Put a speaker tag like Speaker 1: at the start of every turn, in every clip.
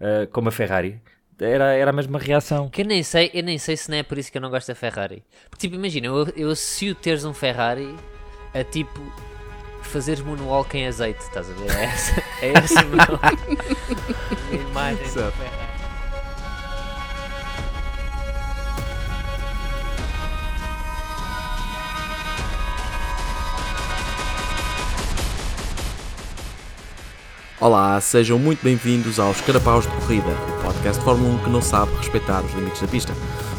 Speaker 1: eh, como a Ferrari, era, era a mesma reação.
Speaker 2: Que eu nem sei, eu nem sei se não é por isso que eu não gosto da Ferrari. Porque tipo, imagina, eu, eu associo teres um Ferrari a tipo fazeres moonwalk em azeite, estás a ver? É essa, é essa a minha- minha imagem do
Speaker 3: Certo.
Speaker 2: Ferrari.
Speaker 3: Olá, sejam muito bem-vindos aos Carapaus de Corrida, o podcast de Fórmula 1 que não sabe respeitar os limites da pista.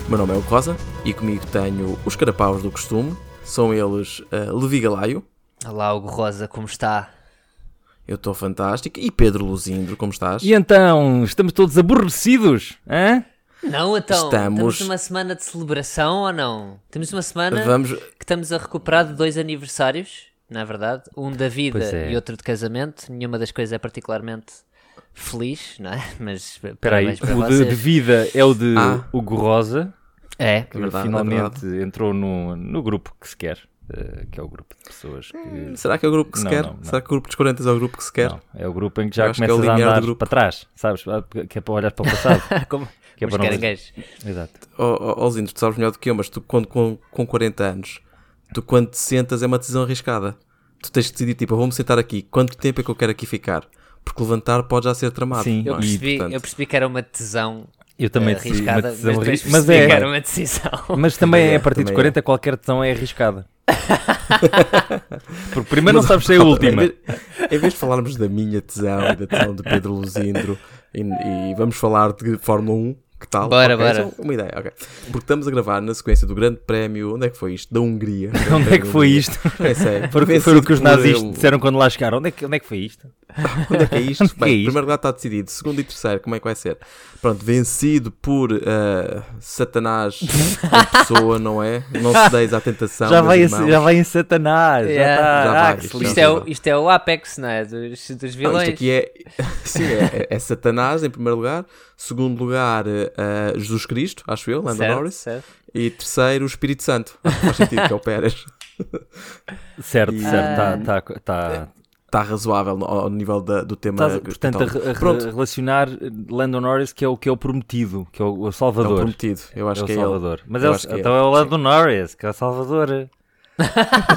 Speaker 3: O meu nome é o Cosa e comigo tenho os Carapaus do costume, são eles eh, Levi Galaio,
Speaker 2: Olá, Hugo Rosa, como está?
Speaker 3: eu estou fantástico, e Pedro Luzindro, como estás?
Speaker 1: E então, estamos todos aborrecidos, hã?
Speaker 2: Não, então,
Speaker 3: Estamos-
Speaker 2: temos uma semana de celebração ou não? Temos uma semana
Speaker 3: Vamos, É
Speaker 2: que estamos a recuperar de dois aniversários, na verdade, um da vida
Speaker 1: Pois é.
Speaker 2: e outro de casamento. Nenhuma das coisas é particularmente feliz, não é? Mas
Speaker 1: Espera aí,
Speaker 2: parabéns para
Speaker 1: o de, de
Speaker 2: vocês.
Speaker 1: vida é o de
Speaker 3: Ah.
Speaker 1: Hugo Rosa,
Speaker 2: É,
Speaker 1: que
Speaker 3: verdade, é
Speaker 1: finalmente entrou no, no grupo que se quer, eh, que é o grupo de pessoas que...
Speaker 3: será que é o grupo que se
Speaker 1: Não,
Speaker 3: quer?
Speaker 1: não, não.
Speaker 3: Será que o grupo dos 40 é o grupo que se quer?
Speaker 1: Não, é o grupo em que
Speaker 3: Eu
Speaker 1: já
Speaker 3: acho que é o
Speaker 1: começas a
Speaker 3: linear do
Speaker 1: andar
Speaker 3: grupo.
Speaker 1: para trás, sabes? Que é para olhar para o passado.
Speaker 2: como
Speaker 1: Que é
Speaker 2: os
Speaker 1: para não...
Speaker 2: caranguejos.
Speaker 1: Exato.
Speaker 3: Ó oh, Luzindro, tu sabes melhor do que eu, mas tu quando, com, com 40 anos, tu quando te sentas é uma decisão arriscada. Tu tens de decidir, tipo, eu vou-me sentar aqui, quanto tempo é que eu quero aqui ficar? Porque levantar pode já ser tramado.
Speaker 1: Sim,
Speaker 2: Eu
Speaker 3: não é?
Speaker 2: percebi,
Speaker 3: portanto-
Speaker 2: eu percebi que era uma tesão eh,
Speaker 1: Eu
Speaker 3: É
Speaker 1: também decidi uma
Speaker 2: arriscada,
Speaker 1: decisão
Speaker 2: mas depois
Speaker 1: arriscada. Mas
Speaker 2: percebi que
Speaker 1: é,
Speaker 2: era uma decisão.
Speaker 1: Mas também
Speaker 3: Também é,
Speaker 1: a partir dos
Speaker 3: também
Speaker 1: 40 qualquer decisão é arriscada. Porque primeiro não sabes se é a
Speaker 3: Em
Speaker 1: última.
Speaker 3: vez, em vez de falarmos da minha tesão e da tesão de Pedro Luzindro e, e vamos falar de Fórmula 1, que tal?
Speaker 2: Bora,
Speaker 3: Ok,
Speaker 2: bora.
Speaker 3: isso é Uma ideia, ok. Porque estamos a gravar na sequência do Grande Prémio, onde é que foi isto? Da Hungria.
Speaker 1: Onde é que foi isto?
Speaker 3: É sério.
Speaker 1: Foi, foi o que os
Speaker 3: Vencido
Speaker 1: nazis
Speaker 3: por-
Speaker 1: disseram quando lá chegaram. Onde é que, onde é que foi isto?
Speaker 3: Onde é que é isto?
Speaker 1: Onde é que
Speaker 3: Bem,
Speaker 1: é isto?
Speaker 3: primeiro lugar está decidido. Segundo e terceiro, como é que vai ser? Pronto, vencido por ah, Satanás em pessoa, não é? Não se deis à tentação.
Speaker 1: já,
Speaker 3: meus
Speaker 1: vai, em-
Speaker 3: irmãos.
Speaker 1: já vai em Satanás.
Speaker 2: Yeah.
Speaker 1: Já,
Speaker 3: Já
Speaker 1: tá,
Speaker 3: vai,
Speaker 1: ah, que
Speaker 3: isto
Speaker 1: se
Speaker 3: já
Speaker 2: Isto
Speaker 1: lixe.
Speaker 2: é, o, isto é o Apex, não é? Dos, dos
Speaker 3: Não,
Speaker 2: vilões.
Speaker 3: isto aqui é, sim, é, é- é Satanás em primeiro lugar, segundo lugar eh, eh, Jesus Cristo, acho eu, Lando
Speaker 2: Certo,
Speaker 3: Norris,
Speaker 2: certo.
Speaker 3: e terceiro o Espírito Santo, Acho que faz sentido que é o Pérez.
Speaker 1: Certo,
Speaker 3: E-
Speaker 1: certo. Está tá, tá,
Speaker 3: Está razoável no- ao nível da- do tema.
Speaker 1: estás,
Speaker 3: que-
Speaker 1: portanto, a,
Speaker 3: total.
Speaker 1: re- a re-
Speaker 3: Pronto, é
Speaker 1: relacionar Landon Norris, que é o, que é o prometido, que é o, o
Speaker 3: o
Speaker 1: Salvador.
Speaker 3: um prometido, eu
Speaker 1: É
Speaker 3: acho
Speaker 1: o
Speaker 3: que é ele.
Speaker 1: Salvador. Mas
Speaker 3: Eu
Speaker 1: é o-
Speaker 3: acho que é
Speaker 1: então é o Landon Norris, que é o Salvador.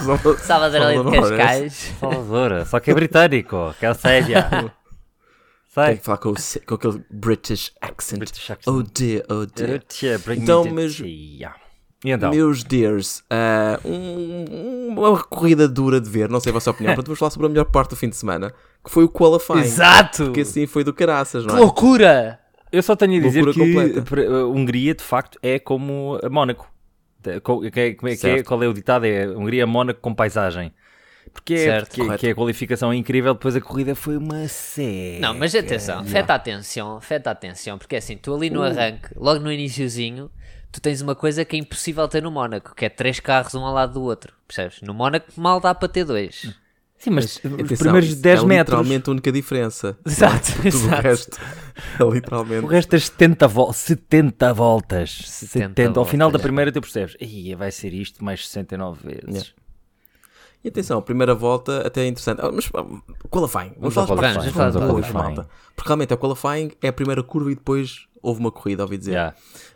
Speaker 2: Salvador ali de
Speaker 3: Salvador Norris.
Speaker 2: Cascais.
Speaker 1: Salvador, só que é britânico, que é a séria.
Speaker 3: Tem
Speaker 1: Sai.
Speaker 3: que falar com, o se- com aquele British accent.
Speaker 1: British accent.
Speaker 3: Oh dear, oh dear.
Speaker 1: Então,
Speaker 3: Então, mas-
Speaker 1: E então?
Speaker 3: Meus dears, ah, um- um- uma corrida dura de ver, não sei a vossa opinião, portanto vamos falar sobre a melhor parte do fim de semana, que foi o qualifying.
Speaker 2: Exato!
Speaker 3: Porque assim foi do caraças,
Speaker 2: Que
Speaker 3: não é?
Speaker 2: loucura!
Speaker 1: Eu só tenho a dizer
Speaker 3: Loucura
Speaker 1: que eh,
Speaker 3: completa.
Speaker 1: pre- a Hungria, de facto, é como a Mónaco. De- co- que é- como é que é?
Speaker 3: Certo.
Speaker 1: Qual é o ditado? É Hungria, Mónaco com paisagem. Porque, é,
Speaker 2: Certo,
Speaker 1: porque
Speaker 3: correto.
Speaker 1: que a qualificação é incrível, depois a corrida foi uma seca.
Speaker 2: Não, mas
Speaker 1: é,
Speaker 2: atenção, feta atenção, feta atenção, porque assim, tu ali
Speaker 1: Uh.
Speaker 2: no arranque, logo no iniciozinho, tu tens uma coisa que é impossível ter no Mónaco, que é três carros um ao lado do outro, percebes? No Mónaco mal dá para ter dois.
Speaker 1: Sim, mas os
Speaker 3: Atenção,
Speaker 1: primeiros
Speaker 3: isso
Speaker 1: 10
Speaker 3: é
Speaker 1: metros,
Speaker 3: literalmente a única diferença.
Speaker 2: Exato,
Speaker 3: Tudo o
Speaker 2: exato.
Speaker 3: resto é literalmente.
Speaker 1: o resto das 70, vol 70 voltas, 70 ao final
Speaker 2: voltas.
Speaker 1: da primeira tu percebes, "Ih, vai ser isto mais 69 vezes.
Speaker 3: Yeah. E atenção, a primeira volta até é interessante. Ah, Mas ah, qualifying.
Speaker 1: Vamos
Speaker 3: Vamos,
Speaker 1: ao
Speaker 3: falar das
Speaker 1: qualifying,
Speaker 3: partes
Speaker 2: vamos ao
Speaker 3: boas,
Speaker 1: qualifying.
Speaker 3: malta. Porque realmente é o qualifying, é a primeira curva e depois houve uma corrida, ouvi dizer.
Speaker 1: Yeah.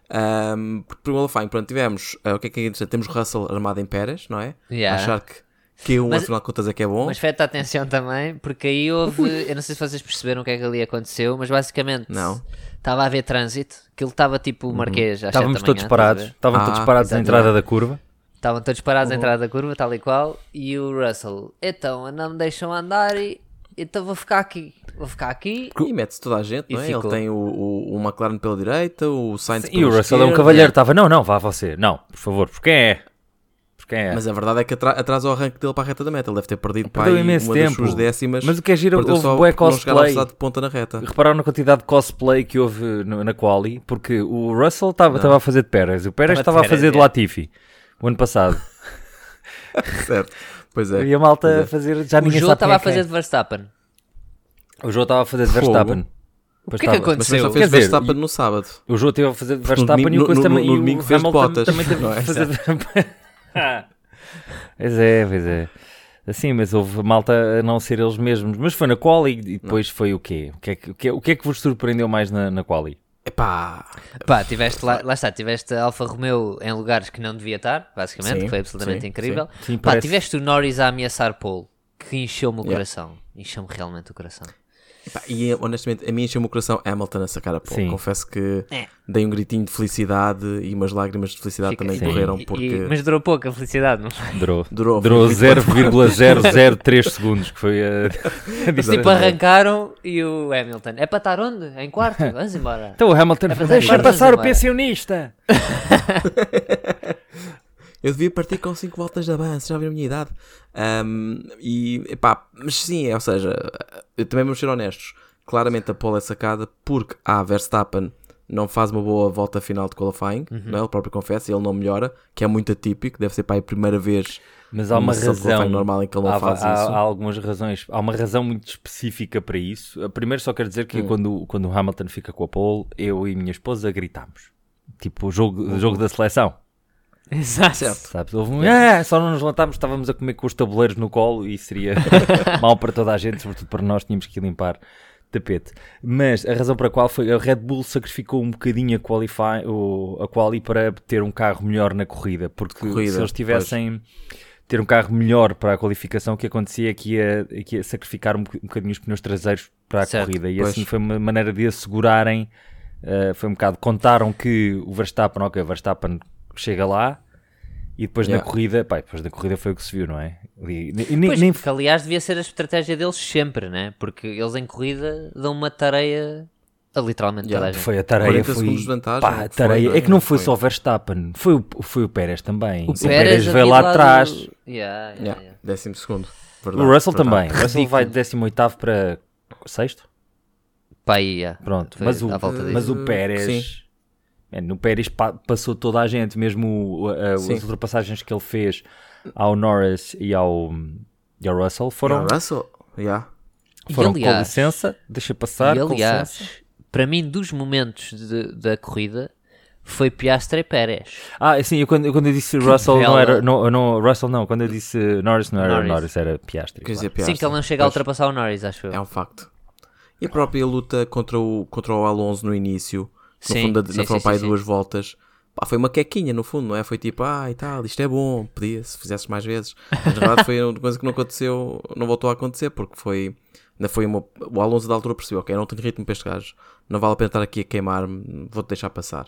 Speaker 3: Ahm, porque primeiro qualifying, pronto, tivemos. ah, o que é que é interessante? Temos Russell armado em Pérez, não é?
Speaker 2: Yeah.
Speaker 3: Achar que Q1,
Speaker 2: Mas-
Speaker 3: afinal de contas, é que é bom.
Speaker 2: Mas feta atenção também, porque aí houve, eu não sei se vocês perceberam o que é que ali aconteceu, mas basicamente
Speaker 3: Não.
Speaker 2: estava a haver trânsito, aquilo estava tipo o Marquês, às sete
Speaker 1: Uhum. Estávamos
Speaker 2: da manhã,
Speaker 1: todos
Speaker 2: estás a
Speaker 1: parados, Uhum.
Speaker 2: ver?
Speaker 1: estavam todos
Speaker 3: Ah,
Speaker 1: parados na entrada da curva.
Speaker 2: Estavam todos parados à entrada da curva, tal e qual. E o Russell, então, não me deixam andar e então vou ficar aqui. Vou ficar aqui.
Speaker 3: E mete-se toda a gente,
Speaker 2: E
Speaker 3: não é?
Speaker 2: ficou.
Speaker 3: Ele tem o, o, o McLaren pela direita, o Sainz
Speaker 1: E o
Speaker 3: pela
Speaker 1: Russell é um
Speaker 3: esquerda.
Speaker 1: cavalheiro, estava, não, não, vá você, não, por favor, por quem é? Por quem é?
Speaker 3: Mas a verdade é que atra- atrás ao arranque dele para a reta da meta, ele deve ter perdido para
Speaker 1: Perdeu
Speaker 3: aí
Speaker 1: imenso
Speaker 3: uma das
Speaker 1: tempo.
Speaker 3: suas décimas.
Speaker 1: Mas o que é giro,
Speaker 3: Perdeu
Speaker 1: houve
Speaker 3: só
Speaker 1: bué
Speaker 3: por não chegar à
Speaker 1: cosplay.
Speaker 3: velocidade de ponta na reta.
Speaker 1: Repararam na quantidade de cosplay que houve no- na Quali, porque o Russell estava estava a fazer de Pérez, o Pérez estava
Speaker 2: Estava de
Speaker 1: a fazer
Speaker 2: Pérez,
Speaker 1: de
Speaker 2: é.
Speaker 1: Latifi, o ano passado.
Speaker 3: certo. Pois é.
Speaker 1: E a malta a fazer, já
Speaker 2: O
Speaker 1: ninguém
Speaker 2: João
Speaker 1: sabe quem
Speaker 2: estava
Speaker 1: é
Speaker 2: a fazer
Speaker 1: quem.
Speaker 2: de Verstappen.
Speaker 1: O João estava a fazer de
Speaker 3: Fogo.
Speaker 1: Verstappen.
Speaker 2: O que é que
Speaker 3: Mas também só
Speaker 2: aconteceu?
Speaker 3: fez
Speaker 1: Quer dizer,
Speaker 3: Verstappen
Speaker 1: e-
Speaker 3: no sábado.
Speaker 1: O João teve a fazer de Verstappen e
Speaker 3: domingo-
Speaker 1: o Coisa
Speaker 3: no-
Speaker 1: também.
Speaker 3: no- no
Speaker 1: e o
Speaker 3: domingo fez é?
Speaker 1: Hamilton
Speaker 3: Bottas,
Speaker 1: também teve
Speaker 3: não
Speaker 1: a
Speaker 3: é?
Speaker 1: fazer de... Pois é, pois é. assim, mas houve malta a não ser eles mesmos. Mas foi na quali e depois foi o quê? O que, é que, o, que é, o que é que vos surpreendeu mais na, na quali?
Speaker 3: Epá,
Speaker 2: Pá, tiveste lá, lá está, tiveste a Alfa Romeo em lugares que não devia estar, basicamente,
Speaker 3: Sim,
Speaker 2: que foi absolutamente
Speaker 3: sim,
Speaker 2: incrível.
Speaker 1: sim. Sim,
Speaker 2: Pá,
Speaker 1: parece-
Speaker 2: tiveste o Norris a ameaçar Paul, que encheu-me o
Speaker 3: Yeah.
Speaker 2: coração. Encheu-me realmente o coração.
Speaker 3: epá, e é, honestamente, a mim encheu-me o coração Hamilton a sacar a pole.
Speaker 1: Sim.
Speaker 3: Confesso que
Speaker 2: É.
Speaker 3: dei um gritinho de felicidade e umas lágrimas de felicidade
Speaker 2: Fica-
Speaker 1: assim.
Speaker 2: assim.
Speaker 3: também
Speaker 2: e-
Speaker 3: correram
Speaker 2: e- e-
Speaker 3: porque
Speaker 2: mas durou pouco a felicidade, não
Speaker 1: Durou,
Speaker 3: Durou.
Speaker 1: durou
Speaker 3: Foi
Speaker 1: 0,003 segundos, que foi a, a
Speaker 2: Tipo,
Speaker 1: diferença.
Speaker 2: arrancaram e o Hamilton. É para estar onde? Em quarto? Vamos embora.
Speaker 1: Então o Hamilton
Speaker 2: fazer
Speaker 1: deixa
Speaker 2: quartas
Speaker 1: passar o
Speaker 2: agora."
Speaker 1: pensionista.
Speaker 3: Eu devia partir com 5 voltas de avanço, já viram a minha idade. Ahm, e epá, mas sim, é, ou seja, eu também vamos ser honestos. Claramente a pole é sacada porque a Verstappen não faz uma boa volta final de qualifying,
Speaker 1: Uhum.
Speaker 3: não é? ele próprio confessa, ele não melhora, que é muito atípico, deve ser para a primeira vez.
Speaker 1: Mas há uma
Speaker 3: Uma sessão de
Speaker 1: razão.
Speaker 3: qualifying normal em que ele não
Speaker 1: há,
Speaker 3: faz
Speaker 1: há-
Speaker 3: isso.
Speaker 1: há algumas razões. Há uma razão muito específica para isso. A Primeiro, só quero dizer que
Speaker 3: Hum.
Speaker 1: quando, quando o Hamilton fica com a pole, eu e minha esposa gritámos. Tipo, o jogo,
Speaker 3: Uhum.
Speaker 1: o jogo da seleção.
Speaker 2: Exato.
Speaker 3: Certo.
Speaker 1: Sabes? Houve um. "Ah", só não nos levantámos, estávamos a comer com os tabuleiros no colo e seria mal para toda a gente, sobretudo para nós, tínhamos que limpar tapete. Mas a razão para a qual foi a Red Bull sacrificou um bocadinho a qualify, o, a quali para ter um carro melhor na corrida, porque
Speaker 3: Corrida,
Speaker 1: se eles tivessem ter um carro melhor para a qualificação, o que acontecia é que ia, é que ia sacrificar um boc- um bocadinho os pneus traseiros para a
Speaker 2: Certo,
Speaker 1: corrida e
Speaker 3: pois.
Speaker 1: assim foi uma maneira de assegurarem. eh, foi um bocado. Contaram que o Verstappen, ok, o Verstappen chega lá e depois
Speaker 3: Yeah.
Speaker 1: na corrida, pá, depois da corrida foi o que se viu, não é? E, e- e nem-
Speaker 2: Pois,
Speaker 1: nem-
Speaker 2: que aliás devia ser a estratégia deles sempre, né? Porque eles em corrida dão uma tareia a literalmente
Speaker 3: Yeah,
Speaker 2: toda a gente.
Speaker 1: foi a tareia.
Speaker 3: 40
Speaker 1: Foi,
Speaker 3: segundos de vantagem,
Speaker 1: pá, a
Speaker 3: foi,
Speaker 1: tareia.
Speaker 3: não é?
Speaker 1: é que não foi,
Speaker 3: Foi.
Speaker 1: só o Verstappen, foi o, foi o Pérez também.
Speaker 2: O
Speaker 1: O Pérez,
Speaker 2: havia
Speaker 1: veio lá
Speaker 2: do-
Speaker 1: atrás.
Speaker 2: Yeah, yeah,
Speaker 3: Yeah,
Speaker 2: yeah.
Speaker 3: Décimo segundo.
Speaker 1: O
Speaker 3: Verdade,
Speaker 1: Russell
Speaker 3: verdade.
Speaker 1: também. O Russell vai de 18 para 6.
Speaker 2: Pá, aí, yeah.
Speaker 1: Pronto,
Speaker 2: Foi
Speaker 1: mas o,
Speaker 2: à volta disso.
Speaker 1: mas o Pérez.
Speaker 3: Sim.
Speaker 1: Man, no Pérez pa- passou toda a gente, mesmo o- a- as
Speaker 3: Sim.
Speaker 1: ultrapassagens que ele fez ao Norris e ao, e ao Russell foram,
Speaker 3: O Russell, yeah.
Speaker 1: foram
Speaker 2: E,
Speaker 1: com
Speaker 2: aliás-
Speaker 1: licença, deixa passar,
Speaker 2: e
Speaker 1: com
Speaker 2: aliás,
Speaker 1: licença.
Speaker 2: para mim, dos momentos de- da corrida, foi Piastre e Pérez.
Speaker 1: Ah, sim, eu quando, eu quando eu disse Russell não
Speaker 2: bela-
Speaker 1: era. Não, não, Russell não, quando eu disse Norris não era
Speaker 2: Norris.
Speaker 1: Norris, era Piastri.
Speaker 3: Quer
Speaker 1: claro.
Speaker 3: dizer,
Speaker 2: Sim,
Speaker 3: Piastri.
Speaker 2: que ele não chega a ultrapassar o Norris, acho eu.
Speaker 3: É um facto. E a própria luta contra o, contra o Alonso no início, no
Speaker 2: Sim,
Speaker 3: fundo, da-
Speaker 2: sim,
Speaker 3: na
Speaker 2: sim,
Speaker 3: foram para aí
Speaker 2: sim, sim.
Speaker 3: duas voltas, pá, foi uma quequinha no fundo, não é? Foi tipo, ah, e tal, isto é bom, podia, se fizesse mais vezes. Mas na verdade foi uma coisa que não aconteceu, não voltou a acontecer, porque foi, ainda foi uma, o Alonso da altura percebeu, ok, não tenho ritmo para este gajo, não vale a pena estar aqui a queimar-me, vou-te deixar passar.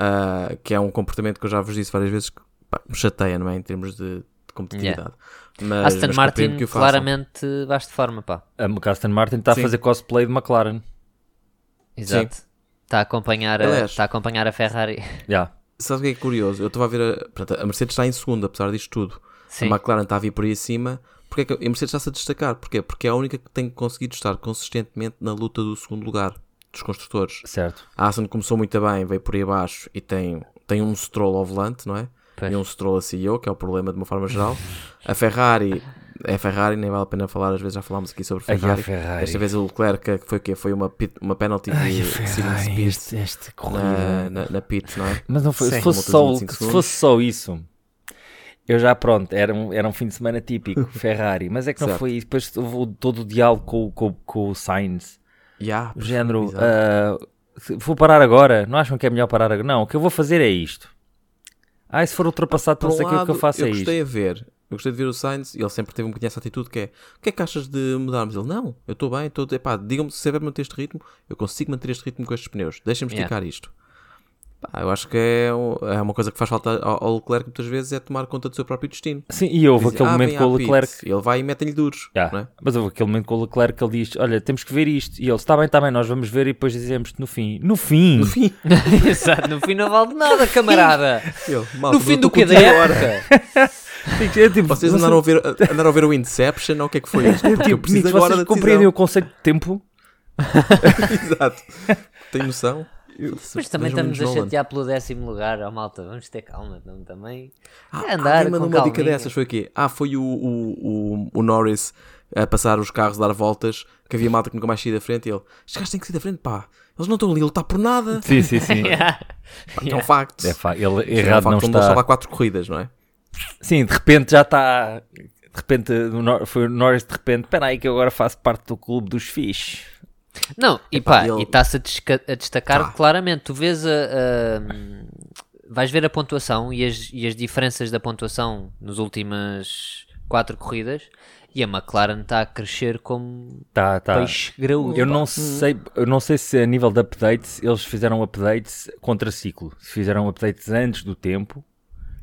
Speaker 3: Ah, que é um comportamento que eu já vos disse várias vezes que pá, me chateia, não é? Em termos de, de competitividade. Mas,
Speaker 2: Aston
Speaker 3: mas
Speaker 2: Martin
Speaker 3: compreendo que o façam.
Speaker 2: claramente baixo de forma, pá.
Speaker 1: A Aston Ah, Martin está a
Speaker 3: Sim.
Speaker 1: fazer cosplay de McLaren.
Speaker 2: Exato. Está a, acompanhar a,
Speaker 3: Aliás.
Speaker 2: está a acompanhar a Ferrari.
Speaker 1: Já.
Speaker 3: Sabe o que é curioso? Eu estava a ver. A, portanto, a Mercedes está em segundo, apesar disto tudo.
Speaker 2: Sim.
Speaker 3: A McLaren está a vir por aí acima. Porque é que a Mercedes está-se a destacar? Porquê? Porque é a única que tem conseguido estar consistentemente na luta do segundo lugar dos construtores.
Speaker 1: Certo.
Speaker 3: A Aston começou muito bem, veio por aí abaixo e tem, tem um stroll ao volante, não é?
Speaker 2: Pois.
Speaker 3: E um stroll a CEO, que é o problema de uma forma geral. A Ferrari. É a Ferrari, nem vale a pena falar, às vezes já falámos aqui sobre
Speaker 1: Ai, a
Speaker 3: Ferrari.
Speaker 1: Ferrari.
Speaker 3: Esta vez o Leclerc que foi o quê? Foi uma, pit- uma penalty
Speaker 1: Eh,
Speaker 3: de Steven Speed
Speaker 1: este, este
Speaker 3: na, na, na pit, não é?
Speaker 1: Ah, Mas não foi, se
Speaker 3: Sim.
Speaker 1: fosse,
Speaker 3: Multas de
Speaker 1: só,
Speaker 3: 25
Speaker 1: se
Speaker 3: segundos.
Speaker 1: fosse só isso, eu já pronto, era um, era um fim de semana típico, Ferrari, mas é que não
Speaker 3: Certo.
Speaker 1: foi isso. Depois houve todo o diálogo com, com, com o Sainz,
Speaker 3: Yeah,
Speaker 1: do género,
Speaker 3: exato.
Speaker 1: ah, se- vou parar agora, não acham que é melhor parar agora? Não, o que eu vou fazer é isto. Ah, e se for ultrapassado,
Speaker 3: Por
Speaker 1: não
Speaker 3: um
Speaker 1: sei aquilo que eu
Speaker 3: lado,
Speaker 1: faço é isto.
Speaker 3: gostei a ver. Eu gostei de ver o Sainz e ele sempre teve um bocadinho essa atitude que é o que é que achas de mudarmos? Ele, não, eu estou bem, estou... Epá, digam-me se saber manter este ritmo, eu consigo manter este ritmo com estes pneus. Deixem-me
Speaker 2: Yeah.
Speaker 3: esticar isto. Pá, eu acho que é, um- é uma coisa que faz falta ao ao Leclerc muitas vezes é tomar conta do seu próprio destino.
Speaker 1: Sim, e houve
Speaker 3: Dizem,
Speaker 1: aquele
Speaker 3: "Ah,
Speaker 1: momento
Speaker 3: vem
Speaker 1: com o
Speaker 3: à pit."
Speaker 1: Leclerc.
Speaker 3: Ele vai e mete-lhe duros.
Speaker 1: Já,
Speaker 3: não é?
Speaker 1: Mas houve aquele momento com o Leclerc que ele diz: Olha, temos que ver isto. E ele: Está bem, está bem, nós vamos ver e depois dizemos-te no fim. No fim!
Speaker 3: No fim,
Speaker 2: Exato. No fim não vale nada, camarada.
Speaker 3: ele, "Malta,
Speaker 2: no
Speaker 3: eu
Speaker 2: fim
Speaker 3: estou
Speaker 2: do que da
Speaker 3: contigo agora."
Speaker 2: época.
Speaker 1: É tipo,
Speaker 3: Vocês andaram a, ver, andaram a ver o Inception ou o que é que foi isto? Porque eu preciso
Speaker 1: Nico,
Speaker 3: agora
Speaker 1: tipo vocês
Speaker 3: da
Speaker 1: compreendem
Speaker 3: decisão.
Speaker 1: o conceito de tempo?
Speaker 3: Exato. Tem noção?
Speaker 2: Mas também
Speaker 3: Benjamin
Speaker 2: estamos a
Speaker 3: Nolan.
Speaker 2: chatear pelo décimo lugar. ó malta, vamos ter calma tam- também. É
Speaker 3: Ah,
Speaker 2: andar
Speaker 3: alguém mandou
Speaker 2: com
Speaker 3: uma dica
Speaker 2: calminha.
Speaker 3: dessas, foi o quê? Ah, foi o, o, o, o Norris a passar os carros, dar voltas, que havia malta que nunca mais saía da frente e ele, estes gajos têm que sair da frente, pá, eles não estão ali a lutar por nada.
Speaker 1: Sim, sim, sim.
Speaker 3: Pá, que É um facto.
Speaker 1: É, fa- ele
Speaker 3: É um
Speaker 1: errado
Speaker 3: facto,
Speaker 1: não
Speaker 3: como ele só
Speaker 1: está.
Speaker 3: dá quatro corridas, não é?
Speaker 1: Sim, de repente já está de repente, o Nor- foi o Norris de repente, espera aí que eu agora faço parte do clube dos fixe.
Speaker 2: Não, e
Speaker 3: Epá,
Speaker 2: pá,
Speaker 3: ele-
Speaker 2: e está-se a, desca- a destacar
Speaker 3: Tá.
Speaker 2: claramente. Tu vês a, a- Vais ver a pontuação e as, e as diferenças da pontuação nas últimas quatro corridas e a McLaren está a crescer como
Speaker 1: Tá, tá.
Speaker 2: peixe graúdo.
Speaker 1: Eu
Speaker 2: pá.
Speaker 3: Hum.
Speaker 1: não, sei, eu não sei se a nível de updates eles fizeram updates contra ciclo. Se fizeram updates antes do tempo,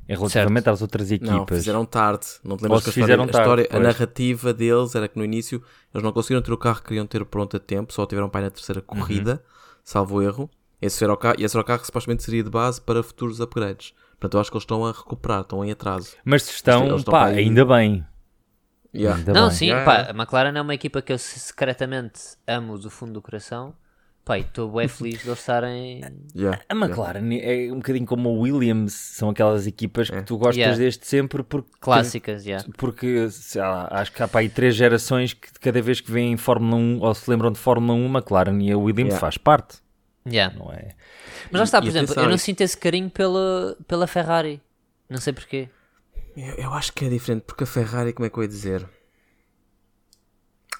Speaker 1: em relativamente às outras equipas.
Speaker 3: Não, fizeram tarde. Não te lembras
Speaker 1: Ou
Speaker 3: que a
Speaker 1: se
Speaker 3: história,
Speaker 1: fizeram
Speaker 3: a,
Speaker 1: tarde,
Speaker 3: história- a
Speaker 1: pois.
Speaker 3: narrativa deles era que no início eles não conseguiram ter o carro que queriam ter pronto a tempo, só tiveram pai na terceira
Speaker 1: Uhum.
Speaker 3: corrida, salvo erro. Esse era o carro, e esse era o carro que supostamente seria de base para futuros upgrades. Portanto, eu acho que eles estão a recuperar, estão em atraso.
Speaker 1: Mas se estão,
Speaker 3: Eles estão
Speaker 1: pá,
Speaker 3: para aí.
Speaker 1: ainda bem.
Speaker 3: Yeah.
Speaker 1: Ainda
Speaker 2: não,
Speaker 1: bem.
Speaker 2: sim,
Speaker 3: Yeah,
Speaker 2: pá,
Speaker 3: yeah.
Speaker 2: a McLaren é uma equipa que eu secretamente amo do fundo do coração. Pá, e estou bem feliz de eles estarem.
Speaker 1: Uhum.
Speaker 3: Yeah.
Speaker 1: A McLaren é um bocadinho como a Williams, são aquelas equipas
Speaker 3: É.
Speaker 1: que tu gostas
Speaker 2: Yeah.
Speaker 1: desde sempre porque,
Speaker 2: Clássicas, já.
Speaker 1: porque sei lá, acho que há para aí três gerações que de cada vez que vêm Fórmula 1 ou se lembram de Fórmula 1, a McLaren e a Williams
Speaker 3: Yeah.
Speaker 1: faz parte,
Speaker 2: Já.
Speaker 1: não é?
Speaker 2: Mas lá está,
Speaker 3: E-
Speaker 2: por
Speaker 3: e
Speaker 2: exemplo, eu
Speaker 3: atenção,
Speaker 2: não
Speaker 3: e-
Speaker 2: sinto esse carinho pela, pela Ferrari. Não sei porquê.
Speaker 3: Eu, eu acho que é diferente, porque a Ferrari, como é que eu ia dizer?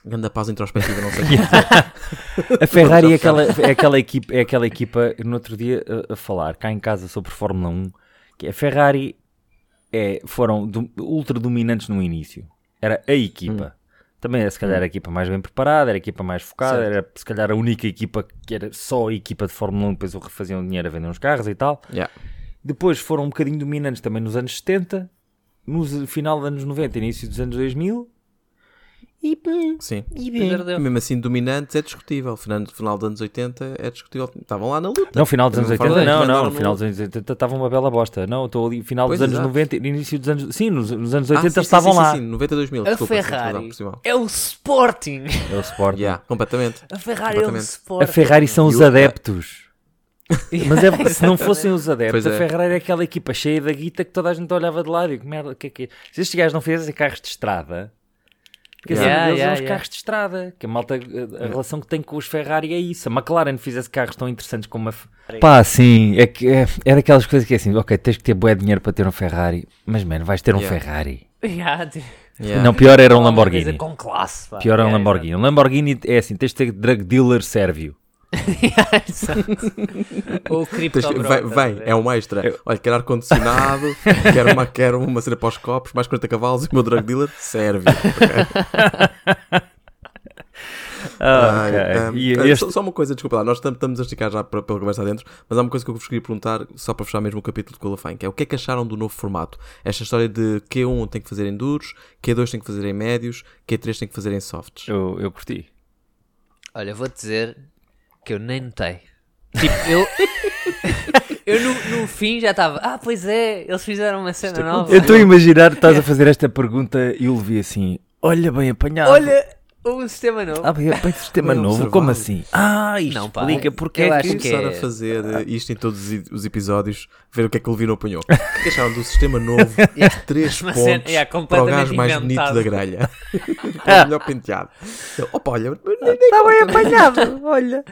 Speaker 3: Ganda pausa introspectiva, não sei o que dizer.
Speaker 1: A Ferrari é aquela, é aquela equipa, é aquela equipa no outro dia a, a falar cá em casa sobre Fórmula 1, que a Ferrari é, foram do, ultra dominantes no início. Era a equipa. Também era se calhar a equipa mais bem preparada, era a equipa mais focada,
Speaker 3: Certo.
Speaker 1: era se calhar a única equipa que era só a equipa de Fórmula 1, depois o refaziam dinheiro a vender uns carros e tal.
Speaker 3: Yeah.
Speaker 1: Depois foram um bocadinho dominantes também nos anos 70, no final dos anos 90, início dos anos 2000. E, hum,
Speaker 3: Sim.
Speaker 1: e
Speaker 2: Perdeu.
Speaker 3: Mesmo assim, dominantes é discutível. Final, final dos anos 80 é discutível. Estavam lá na luta.
Speaker 1: Não, final dos anos
Speaker 3: Também
Speaker 1: 80,
Speaker 3: faz bem,
Speaker 1: não,
Speaker 3: também
Speaker 1: não,
Speaker 3: andaram
Speaker 1: final
Speaker 3: no-
Speaker 1: dos anos 80 estava uma bela bosta. Não, estou ali, final
Speaker 3: Pois,
Speaker 1: dos anos
Speaker 3: exato.
Speaker 1: 90, início dos anos. Sim, nos, nos anos
Speaker 3: Ah,
Speaker 1: 80
Speaker 3: sim, sim,
Speaker 1: estavam
Speaker 3: sim,
Speaker 1: lá.
Speaker 3: Sim, sim, 90 2000.
Speaker 2: A
Speaker 3: desculpa,
Speaker 2: Ferrari
Speaker 3: sim, desculpa,
Speaker 2: é o Sporting.
Speaker 1: É o Sporting.
Speaker 3: Yeah, completamente.
Speaker 2: A Ferrari é o
Speaker 3: Completamente.
Speaker 1: A
Speaker 2: Sporting.
Speaker 1: Ferrari são os
Speaker 3: E o-
Speaker 1: adeptos. Mas é- se não fossem os
Speaker 3: Pois
Speaker 1: adeptos, a
Speaker 3: é.
Speaker 1: Ferrari era aquela equipa cheia da guita que toda a gente olhava de lado e que merda, o que é que é? Se estes gajos não fizessem carros de estrada, porque a
Speaker 2: Yeah,
Speaker 1: cena deles
Speaker 2: yeah,
Speaker 1: eram os
Speaker 2: yeah.
Speaker 1: carros de estrada, que a malta, a- a, relação que tem com os Ferrari é isso. A McLaren fizesse carros tão interessantes como a. F- Pá, sim, é, que, é, é daquelas coisas que é assim, ok, tens que ter bué de dinheiro para ter um Ferrari, mas mano, vais ter um
Speaker 3: Yeah.
Speaker 1: Ferrari.
Speaker 2: Yeah, de-
Speaker 3: Yeah.
Speaker 1: Não, pior era um
Speaker 2: Alguma coisa
Speaker 1: Lamborghini.
Speaker 2: Com classe, pá. É,
Speaker 1: Pior era um
Speaker 2: Yeah,
Speaker 1: Lamborghini. Um Lamborghini é assim, tens de ter drug dealer sérvio.
Speaker 2: exato. Exato. Ou o Crypto tá
Speaker 3: Tens- Vem,
Speaker 2: né?
Speaker 3: vem, é um extra. Olha, quer ar-condicionado, quer, uma, quer uma cena para os copos, mais 40 cavalos e o meu drug dealer serve.
Speaker 1: Ah, ok.
Speaker 3: Ai, um,
Speaker 1: E
Speaker 3: eh,
Speaker 1: este-
Speaker 3: só, só uma coisa, desculpa lá, nós tam- estamos a esticar já para- pela conversa adentro, mas há uma coisa que eu vos queria perguntar, só para fechar mesmo o capítulo de Qualifying, que é o que é que acharam do novo formato? Esta história de Q1 tem que fazer em duros, Q2 tem que fazer em médios, Q3 tem que fazer em softs.
Speaker 1: eu, eu curti.
Speaker 2: Olha, vou-te dizer que eu nem notei. Tipo, eu. eu no, no fim já estava. Ah, pois é, eles fizeram uma cena nova. É.
Speaker 1: Eu estou a imaginar que estás a fazer esta pergunta e o Levi assim: Olha, bem apanhado.
Speaker 2: Olha, um sistema novo.
Speaker 1: Ah, bem, bem sistema
Speaker 3: Bem
Speaker 1: novo,
Speaker 3: observado.
Speaker 1: como assim? Ah, isto
Speaker 2: Não, pá.
Speaker 1: explica porque
Speaker 2: Eu
Speaker 1: é
Speaker 2: acho
Speaker 1: que...
Speaker 2: que-
Speaker 3: Começar a fazer
Speaker 2: Ah.
Speaker 3: eh, isto em todos os i- os episódios, ver o que é que o Levino apanhou. O que é que acharam do sistema novo de 3
Speaker 2: Uma
Speaker 3: pontos
Speaker 2: cena- yeah,
Speaker 3: para o
Speaker 2: completamente
Speaker 3: gajo mais bonito
Speaker 2: inventado.
Speaker 3: da grelha? para o melhor penteado. Eu, Opa, olha, nem-
Speaker 2: é
Speaker 3: nem-
Speaker 1: Está bem apanhado, olha.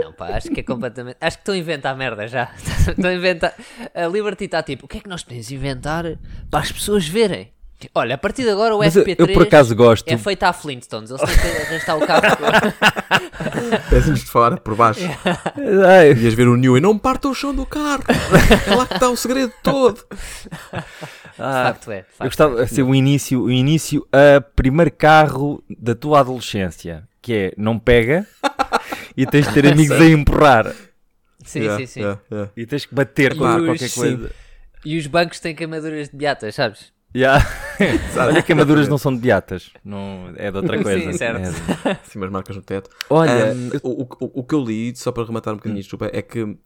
Speaker 2: Não, pá, acho que é completamente. Acho que estão a inventar merda já. Estão a inventar. A Liberty está tipo, o que é que nós podemos inventar para as pessoas verem? Olha, a partir de agora o
Speaker 1: Mas eu,
Speaker 2: FP3
Speaker 1: eu por acaso gosto.
Speaker 2: é feito à Flintstones. Eles têm que arrastar o carro.
Speaker 3: pezinhos de fora, por baixo.
Speaker 2: é
Speaker 1: Ai,
Speaker 3: Ias ver o Newey, não parta o chão do carro. É lá que está o segredo todo.
Speaker 1: ah,
Speaker 2: facto é.
Speaker 1: eu
Speaker 2: Facto.
Speaker 1: gostava de ser o início, o início a primeiro carro da tua adolescência, que é não pega e tens de ter amigos a empurrar
Speaker 2: Sim,
Speaker 3: Yeah,
Speaker 2: sim, sim.
Speaker 3: yeah, yeah.
Speaker 1: e tens que bater
Speaker 2: E
Speaker 1: com
Speaker 2: os-
Speaker 1: qualquer coisa.
Speaker 2: E os bancos têm queimaduras de beatas, sabes?
Speaker 1: Yeah. Olha, queimaduras não são de beatas, não, é de outra
Speaker 2: é Sim,
Speaker 1: coisa.
Speaker 2: certo.
Speaker 1: É de-
Speaker 3: Sim, umas marcas no teto.
Speaker 1: Olha,
Speaker 3: Um, o, o- o que eu li, só para rematar um bocadinho isto, desculpa, é que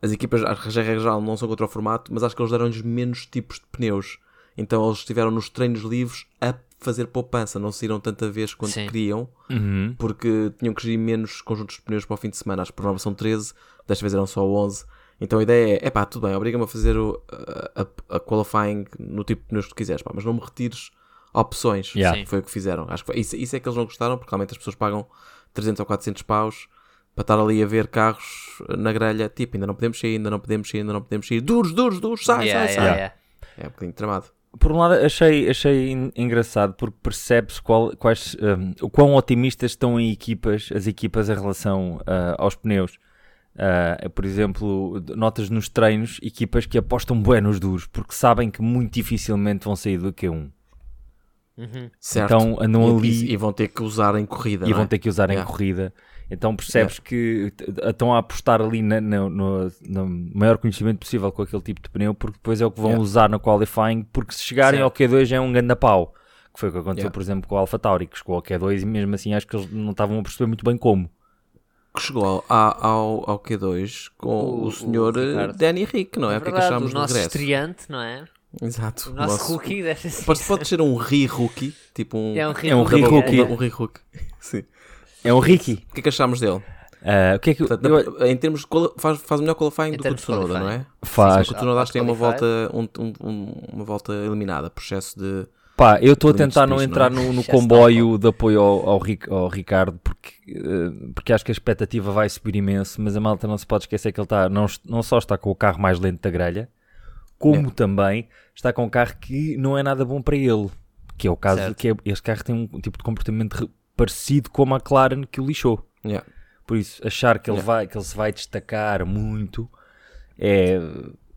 Speaker 3: as equipas, as regras geral não são contra o formato, mas acho que eles deram-lhes menos tipos de pneus. Então eles estiveram nos treinos livres a fazer poupança, não saíram tanta vez quanto
Speaker 2: Sim.
Speaker 3: queriam,
Speaker 1: Uhum.
Speaker 3: porque tinham que gerir menos conjuntos de pneus para o fim de semana. Acho que por norma são 13, desta vez eram só 11. Então a ideia é, é pá, tudo bem, obriga-me a fazer o, a, a- a qualifying no tipo de pneus que tu quiseres, pá, mas não me retires opções.
Speaker 1: Yeah.
Speaker 2: Sim.
Speaker 3: Foi o que fizeram. Acho que foi- isso, isso é que eles não gostaram, porque realmente as pessoas pagam 300 ou 400 paus para estar ali a ver carros na grelha, tipo, ainda não podemos sair, ainda não podemos sair, ainda não podemos sair, duros, duros, duros, sai,
Speaker 2: Yeah,
Speaker 3: sai,
Speaker 2: yeah,
Speaker 3: sai.
Speaker 2: yeah.
Speaker 3: É um bocadinho tramado.
Speaker 1: Por um lado, achei, achei en- engraçado porque percebe-se qual- quais, hum, o quão otimistas estão em equipas, as equipas em relação ah, aos pneus. Ah, por exemplo, notas nos treinos equipas que apostam bué nos duros porque sabem que muito dificilmente vão sair do Q1.
Speaker 3: Certo.
Speaker 1: Então andam
Speaker 3: E-
Speaker 1: ali
Speaker 3: E, e vão ter que usar em corrida.
Speaker 1: e
Speaker 3: não
Speaker 1: vão
Speaker 3: é?
Speaker 1: ter que usar em
Speaker 3: Yeah.
Speaker 1: corrida. Então percebes que t- t- estão a apostar ali na- na- no, no maior conhecimento possível com aquele tipo de pneu, porque depois é o que vão
Speaker 3: Yeah.
Speaker 1: usar no qualifying, porque se chegarem ao Q2 é um ganda pau. Que foi o que aconteceu,
Speaker 3: Yeah.
Speaker 1: por exemplo, com o Alpha Tauri, que chegou ao Q2 e mesmo assim acho que eles não estavam a perceber muito bem como.
Speaker 3: Que chegou ao, a- ao, ao Q2 com o,
Speaker 2: O- o
Speaker 3: senhor eh,
Speaker 2: Ricardo.
Speaker 3: Danny Rick, não é? o que é que
Speaker 2: Verdade,
Speaker 3: achámos
Speaker 2: o
Speaker 3: do
Speaker 2: nosso
Speaker 3: regresso?
Speaker 2: estreante, não é?
Speaker 3: Exato.
Speaker 2: O nosso, rookie deve ser.
Speaker 3: Pode, pode ser um re-rookie, tipo um.
Speaker 2: É um re-
Speaker 1: É um
Speaker 3: um-
Speaker 1: re-rookie.
Speaker 3: Um re-rookie. Sim.
Speaker 1: É um Ricky.
Speaker 3: O que é que achámos dele?
Speaker 1: Ah, o que é que eu-
Speaker 3: Portanto,
Speaker 1: eu-
Speaker 3: na- em termos de quali- faz, faz o melhor qualifying
Speaker 2: Em
Speaker 3: do que o
Speaker 2: termos de
Speaker 3: Tsunoda, não é?
Speaker 2: qualifying.
Speaker 1: faz?
Speaker 3: O Tsunoda acho que tem uma volta,
Speaker 2: Qualifying.
Speaker 3: um, um- um- uma volta eliminada, processo de.
Speaker 1: Pá, eu estou a
Speaker 3: Clientes
Speaker 1: tentar não
Speaker 3: tristes,
Speaker 1: entrar
Speaker 3: não
Speaker 1: no, no
Speaker 2: Já está
Speaker 1: comboio de apoio ao, ao Ric- ao Ricardo porque, eh, porque acho que a expectativa vai subir imenso, mas a malta não se pode esquecer que ele está, não, est- não só está com o carro mais lento da grelha, como também está com um carro que não é nada bom para ele. Que é o caso
Speaker 2: Certo.
Speaker 1: que é- este carro tem um tipo de comportamento re- parecido com a McLaren que o lixou.
Speaker 3: Yeah.
Speaker 1: Por isso, achar que ele, vai, que ele se vai destacar muito é.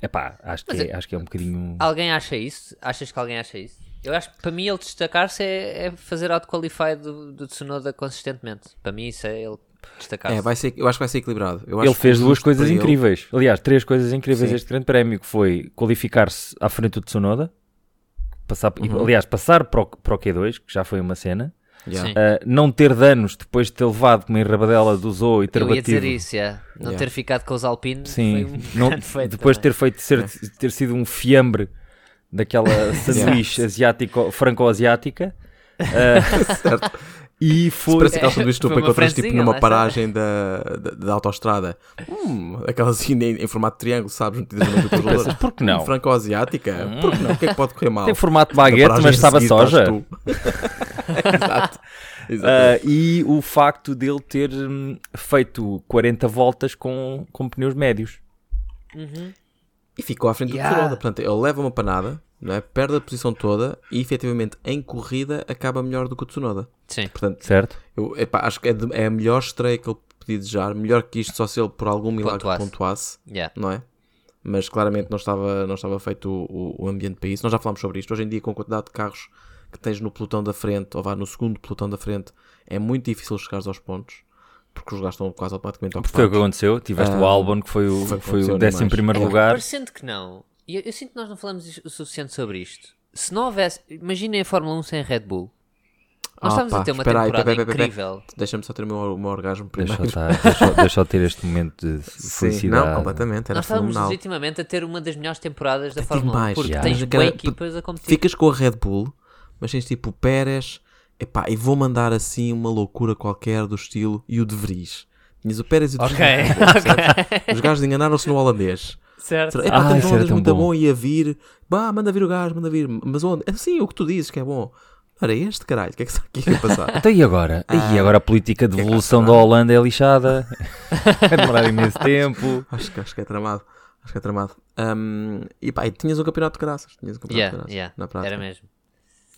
Speaker 1: Epá, acho que, é, acho que é um bocadinho.
Speaker 2: Alguém acha isso? Achas que alguém acha isso? Eu acho que para mim ele destacar-se é, é fazer auto-qualify do, do Tsunoda consistentemente. Para mim isso é ele destacar-se.
Speaker 3: É, vai ser, eu acho que vai ser equilibrado. Eu
Speaker 1: Ele
Speaker 3: acho que
Speaker 1: fez
Speaker 3: o
Speaker 1: duas
Speaker 3: justo
Speaker 1: coisas
Speaker 3: para ele-
Speaker 1: incríveis. Aliás, três coisas incríveis
Speaker 3: Sim.
Speaker 1: este grande prémio, que foi qualificar-se à frente do Tsunoda, passar,
Speaker 3: Uhum.
Speaker 1: e, aliás, passar para o, para o Q2, que já foi uma cena,
Speaker 3: Yeah.
Speaker 2: Sim.
Speaker 1: Ah, não ter danos depois de ter levado com uma enrabadela do Zoo e ter
Speaker 2: Eu ia
Speaker 1: batido...
Speaker 2: dizer isso, é. não
Speaker 3: Yeah.
Speaker 2: ter ficado com os Alpine
Speaker 1: Sim,
Speaker 2: foi um
Speaker 1: não-
Speaker 2: grande feito
Speaker 1: depois de
Speaker 2: também.
Speaker 1: ter, feito ser,
Speaker 3: É.
Speaker 1: ter sido um fiambre daquela sanduíche asiático, franco-asiática. Ah, E
Speaker 3: Se
Speaker 1: foi...
Speaker 3: parece aquela sanduíche que tu
Speaker 2: é, Foi uma é?
Speaker 3: encontras tipo
Speaker 2: francesinha,
Speaker 3: numa
Speaker 2: lá está.
Speaker 3: paragem da, da, da autostrada. Hum, aquela assim em, em formato de triângulo, sabes? Metidas no controlador.
Speaker 1: é, Por que não?
Speaker 3: Franco-asiática?
Speaker 2: Hum.
Speaker 3: Por que não? O que é que pode correr mal?
Speaker 1: Tem formato de
Speaker 3: Na
Speaker 1: baguete,
Speaker 3: paragem
Speaker 1: mas
Speaker 3: a
Speaker 1: sabe a
Speaker 3: seguir estás
Speaker 1: soja.
Speaker 3: tu. Exato.
Speaker 1: Ah,
Speaker 3: Exato.
Speaker 1: e o facto dele ter hum, feito 40 voltas com, com pneus médios.
Speaker 3: e ficou à frente do
Speaker 2: Yeah.
Speaker 3: Tsunoda. Portanto, ele leva uma panada, não é? perde a posição toda e efetivamente em corrida acaba melhor do que o Tsunoda.
Speaker 2: Sim.
Speaker 3: Portanto,
Speaker 1: Certo?
Speaker 3: eu, epá, acho que é, de- é a melhor estreia que ele podia desejar. Melhor que isto, só se ele por algum milagre
Speaker 2: Pontuasse.
Speaker 3: pontuasse.
Speaker 2: Yeah.
Speaker 3: não é? Mas claramente não estava, não estava feito o- o, o ambiente para isso. Nós já falámos sobre isto. Hoje em dia, com a quantidade de carros que tens no pelotão da frente, ou vá no segundo pelotão da frente, é muito difícil chegares aos pontos, porque os gajos estão quase automaticamente
Speaker 1: Foi o que
Speaker 3: ocupados.
Speaker 1: aconteceu. Tiveste
Speaker 3: Ah,
Speaker 1: o Albon, que foi o,
Speaker 3: foi o que
Speaker 1: foi o
Speaker 3: aconteceu
Speaker 1: décimo
Speaker 3: demais.
Speaker 1: primeiro
Speaker 2: É,
Speaker 1: lugar.
Speaker 2: Parecendo que não. E Eu, eu sinto que nós não falamos is- o suficiente sobre isto. Se não houvesse. Imaginem a Fórmula 1 sem Red Bull.
Speaker 3: Ah,
Speaker 2: Nós estávamos
Speaker 3: pá,
Speaker 2: a ter uma
Speaker 3: espera aí,
Speaker 2: temporada
Speaker 3: pera, pera, pera, pera.
Speaker 2: incrível.
Speaker 3: Deixa-me só ter o meu, o meu orgasmo
Speaker 1: Deixa
Speaker 3: primeiro.
Speaker 1: eu, estar- deixa eu- deixa eu ter este momento de
Speaker 3: Sim,
Speaker 1: felicidade.
Speaker 3: não, completamente. Era
Speaker 2: Nós estávamos
Speaker 3: fenomenal.
Speaker 2: legitimamente a ter uma das melhores temporadas da
Speaker 3: Até
Speaker 2: Fórmula 1.
Speaker 3: demais,
Speaker 2: porque
Speaker 1: já.
Speaker 2: tens
Speaker 3: Mas
Speaker 2: boas
Speaker 3: aquela-
Speaker 2: equipas a competir.
Speaker 3: Ficas com a Red Bull, mas tens tipo o Pérez, epá, e vou mandar assim uma loucura qualquer do estilo e o De Vries. Tinhas o Pérez e o De
Speaker 2: Ok,
Speaker 3: Vries.
Speaker 2: ok.
Speaker 3: Os gajos enganaram-se no holandês.
Speaker 2: certo.
Speaker 3: Epá,
Speaker 1: Ah,
Speaker 3: temos
Speaker 1: isso era
Speaker 3: um holandês
Speaker 1: tão
Speaker 3: muito
Speaker 1: bom.
Speaker 3: bom e a vir. Bah, manda vir o gajo, manda vir. Mas onde? Assim, o que tu dizes que é bom. Não era este, caralho. O que é que está aqui a passar?
Speaker 1: Até Então, e agora? e agora a política de
Speaker 3: que é que
Speaker 1: evolução
Speaker 3: há
Speaker 1: da
Speaker 3: de
Speaker 1: Holanda é lixada. Vai demorar imenso tempo.
Speaker 3: acho, que, acho que é tramado. Acho que é tramado. Ahm, e pá, e tinhas um campeonato de graças. Tinhas um campeonato de
Speaker 2: Yeah, yeah,
Speaker 3: graças. Na prática.
Speaker 2: era mesmo.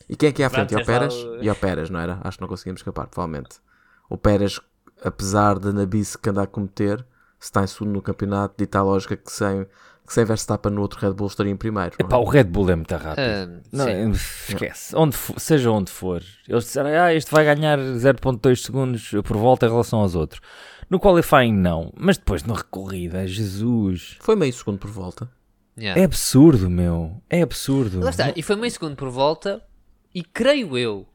Speaker 3: E quem é que ia à
Speaker 2: Pronto,
Speaker 3: frente? E ao
Speaker 2: tens lá
Speaker 3: Pérez?
Speaker 2: o-
Speaker 3: E ao Pérez, não era? Acho que não conseguimos escapar, provavelmente. O Pérez, apesar da nabice que anda a cometer, se está em segundo no campeonato, dita a lógica que sem, que sem Verstappen no outro Red Bull estaria em primeiro. não é?
Speaker 1: Pá, o Red Bull é muito rápido.
Speaker 2: Ah,
Speaker 1: Não,
Speaker 2: sim.
Speaker 1: eh, esquece. Onde for- seja onde for. Eles disseram, ah, este vai ganhar 0.2 segundos por volta em relação aos outros. No qualifying não, mas depois na recorrida, Jesus.
Speaker 3: Foi meio segundo por volta.
Speaker 2: Yeah.
Speaker 1: É absurdo, meu. É absurdo.
Speaker 2: Lá está, e foi meio segundo por volta, e creio eu,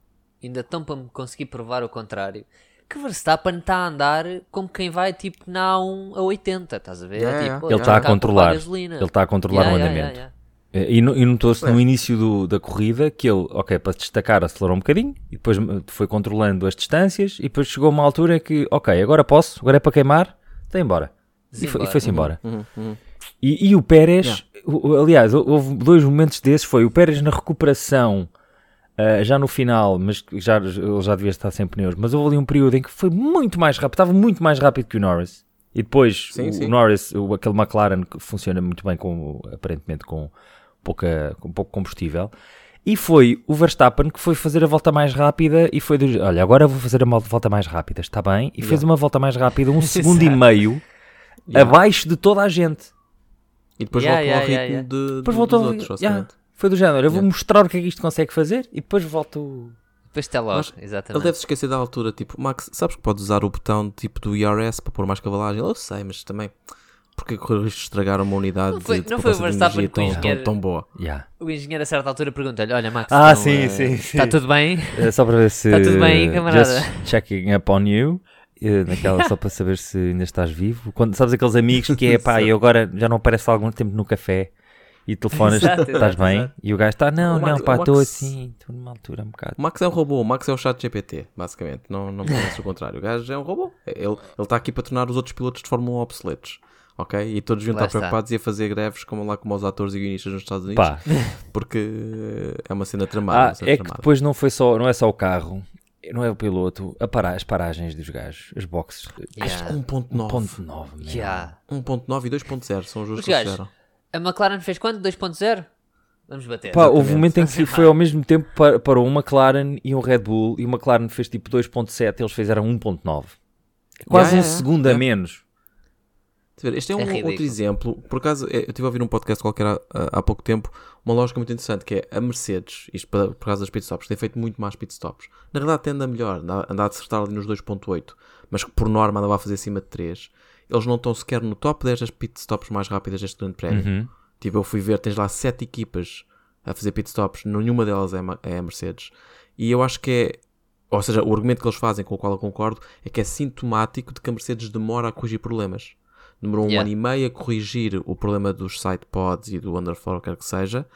Speaker 2: ainda tão para me conseguir provar o contrário, que Verstappen está a andar como quem vai tipo na 1 a 80, estás a ver?
Speaker 3: Yeah,
Speaker 2: É
Speaker 3: yeah.
Speaker 2: tipo,
Speaker 3: Ele
Speaker 2: olha,
Speaker 1: está a
Speaker 2: acabo de
Speaker 1: controlar.
Speaker 2: poupar gasolina.
Speaker 1: Ele está a controlar
Speaker 2: Yeah,
Speaker 1: o
Speaker 2: yeah,
Speaker 1: andamento.
Speaker 2: yeah,
Speaker 1: Eh, E, no- e notou-se no início do- da corrida que ele, ok, para se destacar acelerou um bocadinho e depois eh, foi controlando as distâncias e depois chegou a uma altura que, ok, agora posso, agora é para queimar, está embora. E foi- e
Speaker 2: Simbora.
Speaker 1: foi-se embora. E, e o Pérez, o- o- aliás, hou- houve dois momentos desses, foi o Pérez na recuperação, ah, já no final, mas que já, ele já devia estar sem pneus, mas houve ali um período em que foi muito mais rápido, estava muito mais rápido que o Norris. E depois
Speaker 3: Sim,
Speaker 1: o,
Speaker 3: sim.
Speaker 1: o Norris, o- aquele McLaren que funciona muito bem com, aparentemente com pouca, com pouco combustível. E foi o Verstappen que foi fazer a volta mais rápida e foi do, olha, agora vou fazer a mo- volta mais rápida, está bem? E fez
Speaker 3: Yeah.
Speaker 1: uma volta mais rápida, um segundo e
Speaker 2: Exato.
Speaker 1: meio,
Speaker 3: Yeah.
Speaker 1: abaixo de toda a gente.
Speaker 3: E depois
Speaker 2: Yeah,
Speaker 3: voltam ao
Speaker 2: yeah,
Speaker 3: ritmo
Speaker 2: yeah,
Speaker 3: de,
Speaker 1: Depois
Speaker 3: de-
Speaker 1: voltou
Speaker 3: dos
Speaker 1: a-
Speaker 3: outros,
Speaker 1: yeah.
Speaker 3: basicamente.
Speaker 1: Foi do género, eu vou
Speaker 3: Yeah.
Speaker 1: mostrar o que é que isto consegue fazer e depois volto.
Speaker 2: Pasteló,
Speaker 3: Mas Ele
Speaker 2: exatamente.
Speaker 3: deve se esquecer da altura, tipo, Max, sabes que podes usar o botão tipo do IRS para pôr mais cavalagem? Ele, Eu sei, mas também, porque correr o risco de estragar uma unidade
Speaker 2: Não foi-
Speaker 3: de, de
Speaker 2: não foi o
Speaker 3: poupança de
Speaker 2: Verstappen
Speaker 3: energia
Speaker 2: que o
Speaker 3: tão, tão,
Speaker 2: engenheiro-
Speaker 3: tão boa?
Speaker 1: Yeah.
Speaker 2: O engenheiro a certa altura pergunta-lhe, olha Max,
Speaker 1: Ah,
Speaker 2: então,
Speaker 1: sim,
Speaker 2: eh,
Speaker 1: sim, sim.
Speaker 2: Está tudo bem?
Speaker 1: É Só para ver se.
Speaker 2: Tá tudo bem,
Speaker 1: eh,
Speaker 2: camarada?
Speaker 1: Just checking up on you. Eh, Naquela, só para saber se ainda estás vivo. Quando, sabes aqueles amigos que é pá, e agora já não aparece há algum tempo no café e telefonas,
Speaker 2: Exato,
Speaker 1: estás
Speaker 2: exato,
Speaker 1: bem?
Speaker 2: exato.
Speaker 1: E o gajo está, não,
Speaker 3: O
Speaker 1: não,
Speaker 3: Max-
Speaker 1: pá,
Speaker 3: o
Speaker 1: estou
Speaker 3: Max-
Speaker 1: assim, estou numa altura um bocado.
Speaker 3: O Max é um robô, o Max é o chat GPT, basicamente. Não, não parece o contrário. O gajo é um robô. Ele ele está aqui para tornar os outros pilotos de Fórmula 1 obsoletos. Ok? E todos deviam
Speaker 2: Lá
Speaker 3: estar
Speaker 2: está.
Speaker 3: preocupados e a fazer greves como lá como os atores e guionistas nos Estados Unidos.
Speaker 1: Pá,
Speaker 3: Porque eh, é uma cena tramada.
Speaker 1: ah,
Speaker 3: uma cena
Speaker 1: é que
Speaker 3: tramada.
Speaker 1: depois não, foi só, não é só o carro, não é o piloto, a para- as paragens dos gajos, as boxes.
Speaker 3: Ah.
Speaker 2: Yeah.
Speaker 3: 1.9.
Speaker 1: 1.9, mesmo.
Speaker 2: Yeah.
Speaker 3: 1.9 e 2.0 são os dois
Speaker 2: Os
Speaker 3: que eles
Speaker 2: gajos.
Speaker 3: fizeram.
Speaker 2: A McLaren fez quanto? 2.0? Vamos bater.
Speaker 1: Pá, houve
Speaker 3: Exatamente.
Speaker 1: um momento em que foi ao mesmo tempo para, para um McLaren e um Red Bull, e o McLaren fez tipo 2.7, eles fizeram 1.9. Quase
Speaker 3: Yeah, yeah,
Speaker 1: um
Speaker 3: yeah.
Speaker 1: segundo a menos.
Speaker 3: Quer dizer, Este é,
Speaker 2: É
Speaker 3: um
Speaker 2: ridículo.
Speaker 3: outro exemplo. Por acaso, eh, eu estive a ouvir um podcast qualquer há, há- há pouco tempo, uma lógica muito interessante, que é a Mercedes, isto para- por causa das pitstops, tem feito muito mais pitstops. Na verdade, até anda melhor, anda, anda a acertar ali nos 2.8, mas que por norma andava a fazer acima de 3. Eles não estão sequer no top 10 das pitstops mais rápidas deste grande
Speaker 1: Uhum.
Speaker 3: prémio. Tipo, eu fui ver, tens lá sete equipas a fazer pitstops, nenhuma delas é, ma- é a Mercedes. E eu acho que é, ou seja, o argumento que eles fazem, com o qual eu concordo, é que é sintomático de que a Mercedes demora a corrigir problemas. Demorou um
Speaker 2: Yeah.
Speaker 3: ano e meio a corrigir o problema dos side pods e do underfloor, o que quer que seja.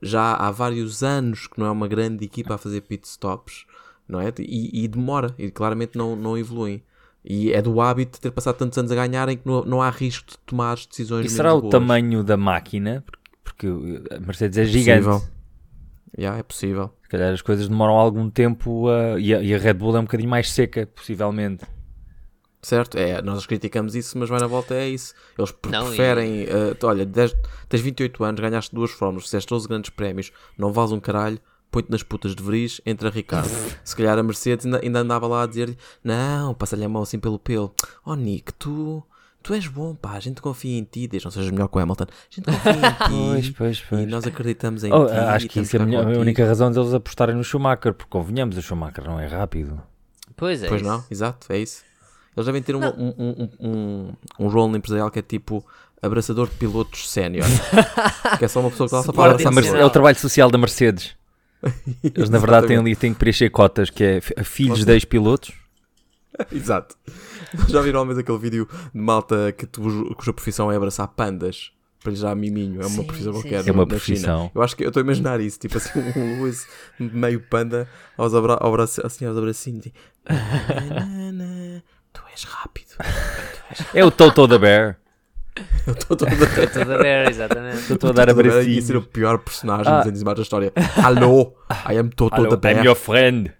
Speaker 3: Já há vários anos que não é uma grande equipa a fazer pitstops, não é? E, e demora, e claramente não, não evoluem. E é do hábito de ter passado tantos anos a ganharem que não, não há risco de tomar as decisões
Speaker 1: E
Speaker 3: menos
Speaker 1: será o
Speaker 3: boas.
Speaker 1: tamanho da máquina? Porque, porque a Mercedes é gigante.
Speaker 3: Possível. Yeah, é possível.
Speaker 1: Se calhar as coisas demoram algum tempo a- e, a, e a Red Bull é um bocadinho mais seca, possivelmente.
Speaker 3: Certo? É, nós criticamos isso, mas vai na volta é isso. Eles pre-
Speaker 2: Não, e-
Speaker 3: preferem. eh, tu- olha, dez- tens 28 anos, ganhaste duas fórmulas, fizeste 12 grandes prémios, não vales um caralho, põe-te nas putas de Vries, entra Ricardo. Se calhar a Mercedes ainda, ainda andava lá a dizer Não, passa-lhe a mão assim pelo pelo. Oh, Nick, tu. Tu és bom, pá, a gente confia em ti, desde não sejas melhor que o Hamilton. A gente confia em ti.
Speaker 1: pois,
Speaker 3: e nós acreditamos em
Speaker 1: Oh,
Speaker 3: ti.
Speaker 1: acho
Speaker 3: e
Speaker 1: que
Speaker 3: estamos
Speaker 1: isso é a,
Speaker 3: cá
Speaker 1: minha- a
Speaker 3: contigo."
Speaker 1: única razão deles apostarem no Schumacher, porque convenhamos, o Schumacher não é rápido.
Speaker 2: Pois é.
Speaker 3: Pois
Speaker 2: isso.
Speaker 3: não, exato, é isso. Eles devem ter um, um, um, um, um rol no empresarial que é tipo abraçador de pilotos sénior. que é só uma pessoa que lá só para
Speaker 2: Suporte
Speaker 3: abraçar
Speaker 1: Mas
Speaker 2: Sim.
Speaker 1: é o trabalho social da Mercedes. Eles, na verdade, têm
Speaker 3: Exatamente.
Speaker 1: ali têm que preencher cotas, que é fi- filhos de ex-pilotos.
Speaker 3: Exato. Já viram ao menos aquele vídeo de malta que tu, cuja profissão é abraçar pandas? Para lhes dar miminho, é uma
Speaker 2: Sim,
Speaker 3: profissão
Speaker 2: sim,
Speaker 3: qualquer.
Speaker 2: sim.
Speaker 1: É
Speaker 3: no-
Speaker 1: uma
Speaker 3: na China.
Speaker 1: profissão.
Speaker 3: Eu acho que eu estou a imaginar isso, tipo assim, um Luís meio panda aos, abra ao braço- assim, aos abracinhos. e- "Nananana, Tu és rápido.
Speaker 1: É o Toto da Bear.
Speaker 3: Eu estou toda a
Speaker 2: É tudo a ver, exatamente.
Speaker 1: Estou a dar
Speaker 3: Ia ser o
Speaker 1: abracinho.
Speaker 3: pior personagem
Speaker 1: Ah.
Speaker 3: dos animais da história. Alô, I am Toto
Speaker 1: Hello,
Speaker 3: the
Speaker 1: I'm
Speaker 3: Bear.
Speaker 1: your friend.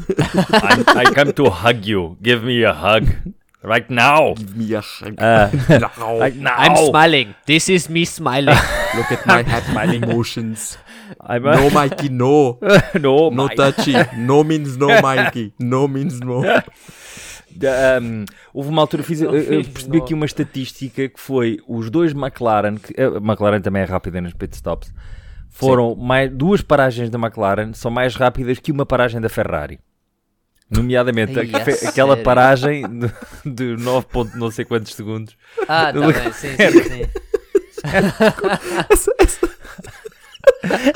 Speaker 1: I, I come to hug you. Give me a hug. Right now.
Speaker 3: Give me a hug.
Speaker 1: Ah.
Speaker 3: Now,
Speaker 1: Right now.
Speaker 2: I'm smiling. This is me smiling.
Speaker 3: Look at my happy emotions.
Speaker 1: I'm a-
Speaker 3: No, Mikey, no.
Speaker 1: no,
Speaker 3: No
Speaker 1: Oh my-
Speaker 3: touchy. No means no, Mikey. No means no.
Speaker 1: Da- um, houve uma altura, fiz, eu, eu
Speaker 2: fiz
Speaker 1: percebi
Speaker 2: nada.
Speaker 1: aqui uma estatística que foi os dois McLaren, que a McLaren também é rápida nos pitstops, foram mais, duas paragens da McLaren são mais rápidas que uma paragem da Ferrari. Nomeadamente a-
Speaker 2: Ai, a
Speaker 1: fe- aquela
Speaker 2: sério?
Speaker 1: paragem do- de 9 ponto não sei quantos segundos.
Speaker 2: Ah, tá bem. Sim, sim, sim.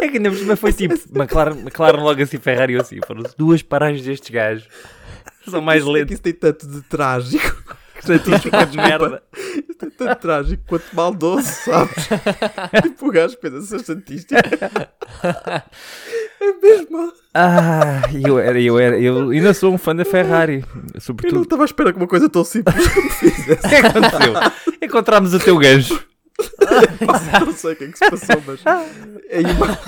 Speaker 1: É que ainda por cima foi tipo McLaren, McLaren logo assim, Ferrari assim. Foram duas paragens destes gajos. São mais
Speaker 2: é
Speaker 3: Isso-
Speaker 1: lentos.
Speaker 3: Isso é tem tanto de trágico.
Speaker 1: Estatística de merda.
Speaker 3: Isso tem tanto de trágico quanto maldoso, sabes? tipo, o gajo pensa essa estatística.
Speaker 1: É
Speaker 3: É mesmo.
Speaker 1: Ah, eu era, eu era, eu ainda sou um fã da Ferrari.
Speaker 3: Eu
Speaker 1: Sobretudo
Speaker 3: não estava à espera que uma coisa tão simples me fizesse.
Speaker 1: O que é que aconteceu? Encontramos o teu gancho.
Speaker 3: Não sei o que é que se passou, mas. É uma...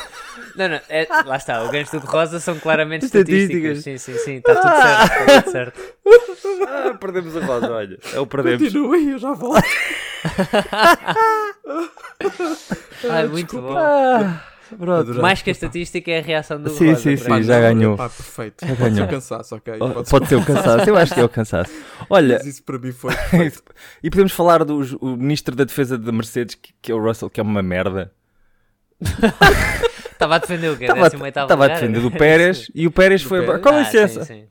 Speaker 2: Não, não. é- lá está. O gancho de rosa são claramente
Speaker 1: Estatísticas.
Speaker 2: estatísticas. Sim, sim, sim. Está tudo
Speaker 3: Ah.
Speaker 2: certo. Está tudo certo. Ah,
Speaker 1: perdemos a rosa, olha. É o perdemos.
Speaker 3: Continuem, eu já volto.
Speaker 2: Ai, muito Tá bom.
Speaker 1: Ah, pronto.
Speaker 3: Adorei.
Speaker 2: Mais que a estatística é a reação do
Speaker 1: Sim,
Speaker 2: Rosa,
Speaker 1: sim,
Speaker 2: por
Speaker 1: sim,
Speaker 3: Pá,
Speaker 2: acaso.
Speaker 1: já
Speaker 3: não,
Speaker 1: ganhou.
Speaker 3: Pá,
Speaker 1: Já
Speaker 3: perfeito. Pode ser
Speaker 1: ganhou.
Speaker 3: o cansaço, ok.
Speaker 1: Oh, Pode ser o cansaço, eu acho que é o cansaço. Olha,
Speaker 3: Mas isso para mim foi.
Speaker 1: e podemos falar do ju- o ministro da defesa da Mercedes, que, que é o Russell, que é uma merda.
Speaker 2: Estava a defender É o quê?
Speaker 1: Estava a-
Speaker 2: 18º
Speaker 1: Estava a
Speaker 2: lugar? né?
Speaker 1: defender do Pérez e o Pérez
Speaker 3: Do
Speaker 1: foi.
Speaker 3: Pérez.
Speaker 1: Com
Speaker 2: Ah, sim,
Speaker 1: licença.
Speaker 2: sim.